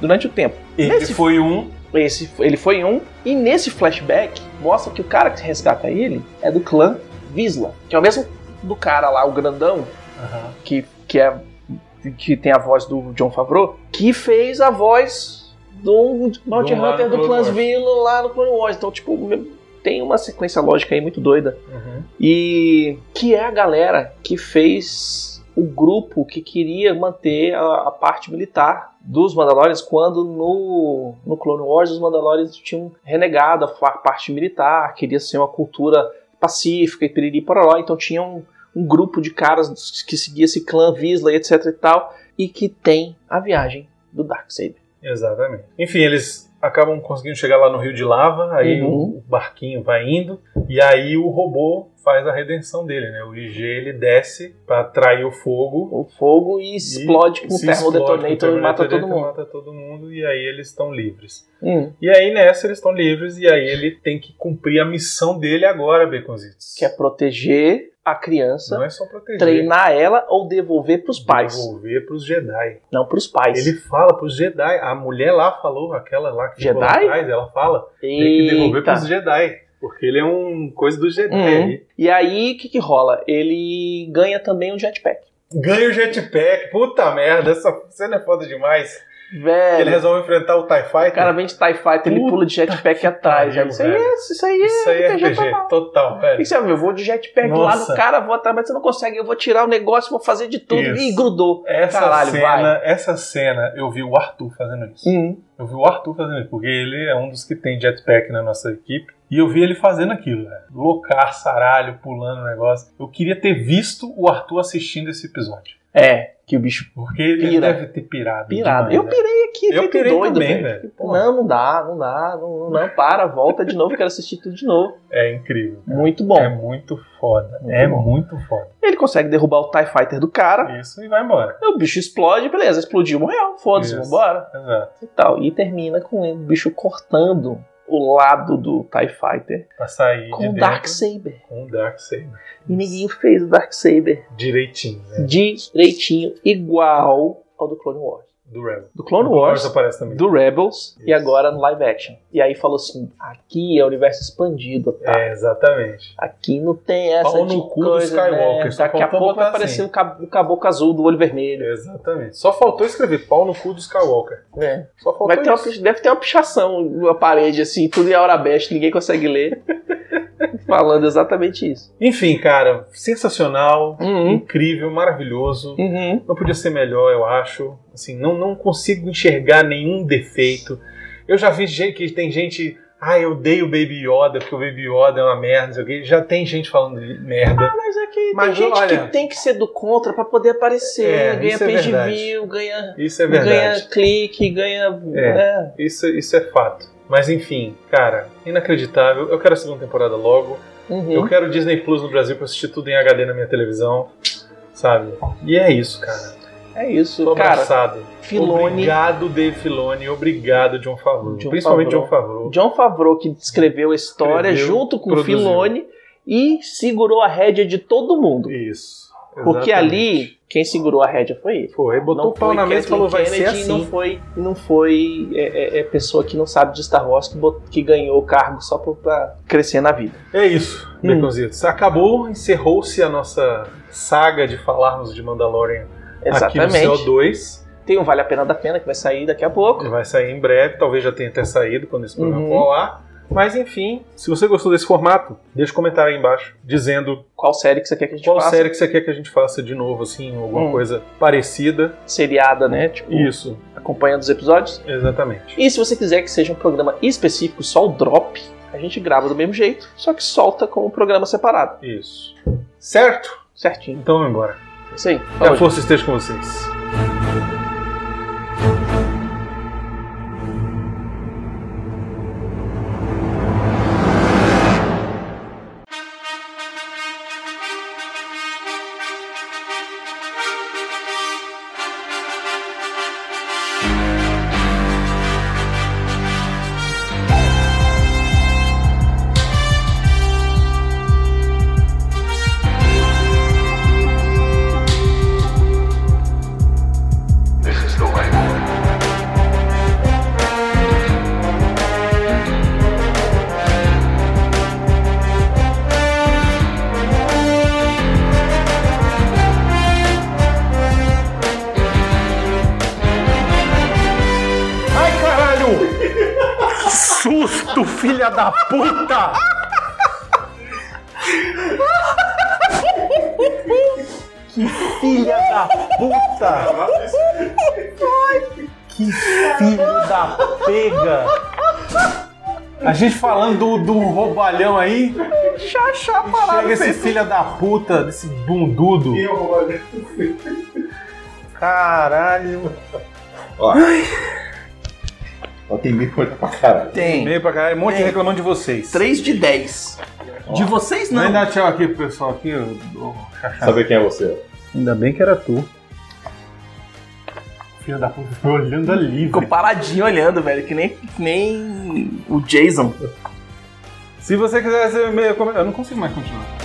D: durante o tempo.
A: Ele
D: Esse-
A: foi um
D: Esse, ele foi um, e nesse flashback mostra que o cara que resgata ele é do clã Visla, que é o mesmo do cara lá, o grandão,
A: Aham.
D: que, que, é, que tem a voz do John Favreau, que fez a voz do Mount
A: Do lá
D: Hunter
A: no
D: do
A: Clone Wars.
D: Clansville lá no Clone Wars. Então, tipo, tem uma sequência lógica aí muito doida.
A: Uhum.
D: E que é a galera que fez o grupo que queria manter a, a parte militar dos Mandalorians quando no, no Clone Wars os Mandalorians tinham renegado a fa- parte militar, queria ser uma cultura pacífica e piriri pororó, então tinha um, um grupo de caras que seguia esse clã Visla e etc e tal, e que tem a viagem do Darksaber.
B: Exatamente. Enfim, eles acabam conseguindo chegar lá no Rio de Lava, aí
D: Uhum.
B: o- o barquinho vai indo, e aí o robô faz a redenção dele, né? O IG ele desce pra atrair o fogo.
D: O fogo e
B: e
D: explode com o
B: se
D: termo
B: explode com o
D: detonator e mata todo
B: Terminator,
D: mundo.
B: Mata todo mundo e aí eles estão livres.
D: Hum,
B: E aí nessa eles estão livres e aí ele tem que cumprir a missão dele agora, Baconzitos.
D: que é proteger a criança
B: Não é só proteger.
D: treinar ela ou devolver pros pais.
B: Devolver pros Jedi.
D: Não pros pais.
B: Ele fala pros Jedi. A mulher lá falou, aquela lá que ficou lá
D: Jedi?
B: atrás, ela fala. Tem que
D: Eita.
B: devolver pros Jedi. Porque ele é um coisa do Jedi.
D: Uhum. E aí, o que, que rola? Ele ganha também um jetpack.
B: Ganha o jetpack. Puta merda, essa cena é foda demais.
D: Velho,
B: Ele resolve enfrentar o TIE
D: o
B: Fighter.
D: cara vem de TIE Fighter, ele
B: Puta
D: pula de jetpack atrás. velho.
B: pariu,
D: Isso aí,
B: velho.
D: é, isso aí é
B: Isso aí é RPG
D: total.
B: total,
D: O que
B: velho.
D: você vai ver? é- Eu vou de jetpack lá
B: Nossa.
D: no cara, vou atrás, mas você não consegue. Eu vou tirar o negócio, vou fazer de tudo.
B: Isso.
D: E grudou.
B: Essa
D: Caralho,
B: cena, essa cena, eu vi o Arthur fazendo isso.
D: Hum.
B: Eu vi o Arthur fazendo isso, porque ele é um dos que tem jetpack na nossa equipe. E eu vi ele fazendo aquilo, velho. Locar, saralho, pulando o negócio. Eu queria ter visto o Arthur assistindo esse episódio.
D: É, que o bicho
B: Porque ele
D: Pira.
B: deve ter pirado.
D: pirado.
B: demais,
D: Eu
B: né?
D: pirei aqui,
B: Eu
D: feito
B: pirei
D: doido, velho.
B: também, velho. Porra.
D: Não, não dá, não dá, não, não, para, volta de novo, quero assistir tudo de novo.
B: É incrível. cara.
D: Muito bom.
B: É muito foda.
D: Muito
B: é
D: bom. Tá.
B: muito foda.
D: Ele consegue derrubar o TIE Fighter do cara,
B: Isso e vai embora.
D: o bicho explode, beleza, explodiu, morreu, foda-se,
B: Isso.
D: vambora.
B: Exato.
D: E tal. E termina com o bicho cortando o lado do TIE Fighter
B: Pra sair de
D: com o
B: dentro
D: Darksaber.
B: com o Darksaber.
D: E ninguém fez o Darksaber
B: Direitinho, né?
D: direitinho, igual ao do Clone Wars.
B: Do Rebel.
D: Do Clone
B: O
D: Wars,
B: aparece também.
D: do Rebels
B: Isso.
D: e agora no live action. E aí falou assim: aqui é o universo expandido, tá?
B: É, exatamente.
D: Aqui não tem essa
B: Pau
D: de
B: no cu do
D: coisa,
B: Skywalker,
D: né?
B: só
D: Daqui a
B: faltou
D: pouco vai
B: botar
D: aparecer o,
B: assim.
D: cab o caboclo azul do olho vermelho.
B: Exatamente. Só faltou escrever pau no cu do Skywalker.
D: É.
B: Só faltou
D: Vai ter uma
B: isso.
D: pich- deve ter uma pichação na parede, assim, tudo em hora best, ninguém consegue ler. Falando exatamente isso.
B: Enfim, cara, sensacional,
D: Uhum.
B: incrível, maravilhoso.
D: Uhum.
B: Não podia ser melhor, eu acho. Assim, não, não consigo enxergar nenhum defeito. Eu já vi gente que tem gente. Ah, eu odeio o Baby Yoda, porque o Baby Yoda é uma merda. não sei o quê." Já tem gente falando de merda.
D: Mas é que
B: Mas,
D: tem gente
B: olha-
D: que tem que ser do contra pra poder aparecer.
B: É,
D: ganha
B: isso é
D: page
B: verdade.
D: view, ganha,
B: Isso é verdade.
D: ganha clique, ganha.
B: É.
D: né?
B: Isso, isso é fato. Mas enfim, cara, inacreditável. Eu quero a segunda temporada logo.
D: Uhum.
B: Eu quero Disney Plus no Brasil pra assistir tudo em HD na minha televisão. Sabe? E é isso, cara.
D: É isso,
B: Tô
D: cara.
B: abraçado.
D: Filone.
B: Obrigado, Dave Filoni. Obrigado, John Favreau.
D: John
B: Principalmente
D: Favreau.
B: John Favreau.
D: John Favreau, que escreveu a história
B: Escreveu,
D: junto com o
B: produziu.
D: Filone e segurou a rédea de todo mundo.
B: Isso.
D: Porque
B: exatamente. é
D: ali, quem segurou a rédea foi ele.
B: Foi, botou o pau na mesa e
D: Kathleen
B: falou: vai ser
D: Kennedy, Não
B: assim.
D: foi, não foi é, é, é, pessoa que não sabe de Star Wars que, bot- que ganhou o cargo só pra, pra crescer na vida.
B: É isso,
D: Hum.
B: Baconzitos. Acabou, encerrou-se a nossa saga de falarmos de Mandalorian aqui no
D: Exatamente.
B: CO2.
D: Tem o Vale a Pena da Pena que vai sair daqui a pouco.
B: Vai sair em breve, talvez já tenha até saído quando esse programa
D: Uhum.
B: for ao ar. Mas enfim, se você gostou desse formato, deixa um comentário aí embaixo dizendo
D: Qual série que você quer que a gente
B: qual
D: faça?
B: série que você quer que a gente faça de novo, assim, alguma
D: Hum.
B: coisa parecida.
D: Seriada, né? Tipo,
B: Isso,
D: acompanhando os episódios.
B: exatamente.
D: E se você quiser que seja um programa específico, só o drop, a gente grava do mesmo jeito, só que solta como um programa separado.
B: Isso. Certo?
D: Certinho.
B: Então vamos embora.
D: É Isso aí.
B: Que a
D: Falou,
B: força esteja com vocês. Ai, caralho! Susto, filha da puta! Que filha da puta! Que filho da pega! A gente falando do, do roubalhão aí,
D: Chachá
B: chega
D: parado
B: esse
D: sem
B: filho da puta, desse bundudo. Caralho.
F: Ó. Ó, tem meio coisa pra caralho.
D: Tem.
B: Meio pra caralho, um monte de
D: Ei.
B: reclamando de vocês.
D: 3 de 10. De vocês não.
B: Vem dar tchau aqui pro pessoal aqui, ô, ô, Chachá.
F: Saber quem é você?
B: Ainda bem que era tu. Filho da puta, tô olhando ali,
D: Ficou
B: velho.
D: paradinho olhando, velho. Que nem, que nem o Jason.
B: Se você quiser, você me- Eu não consigo mais continuar.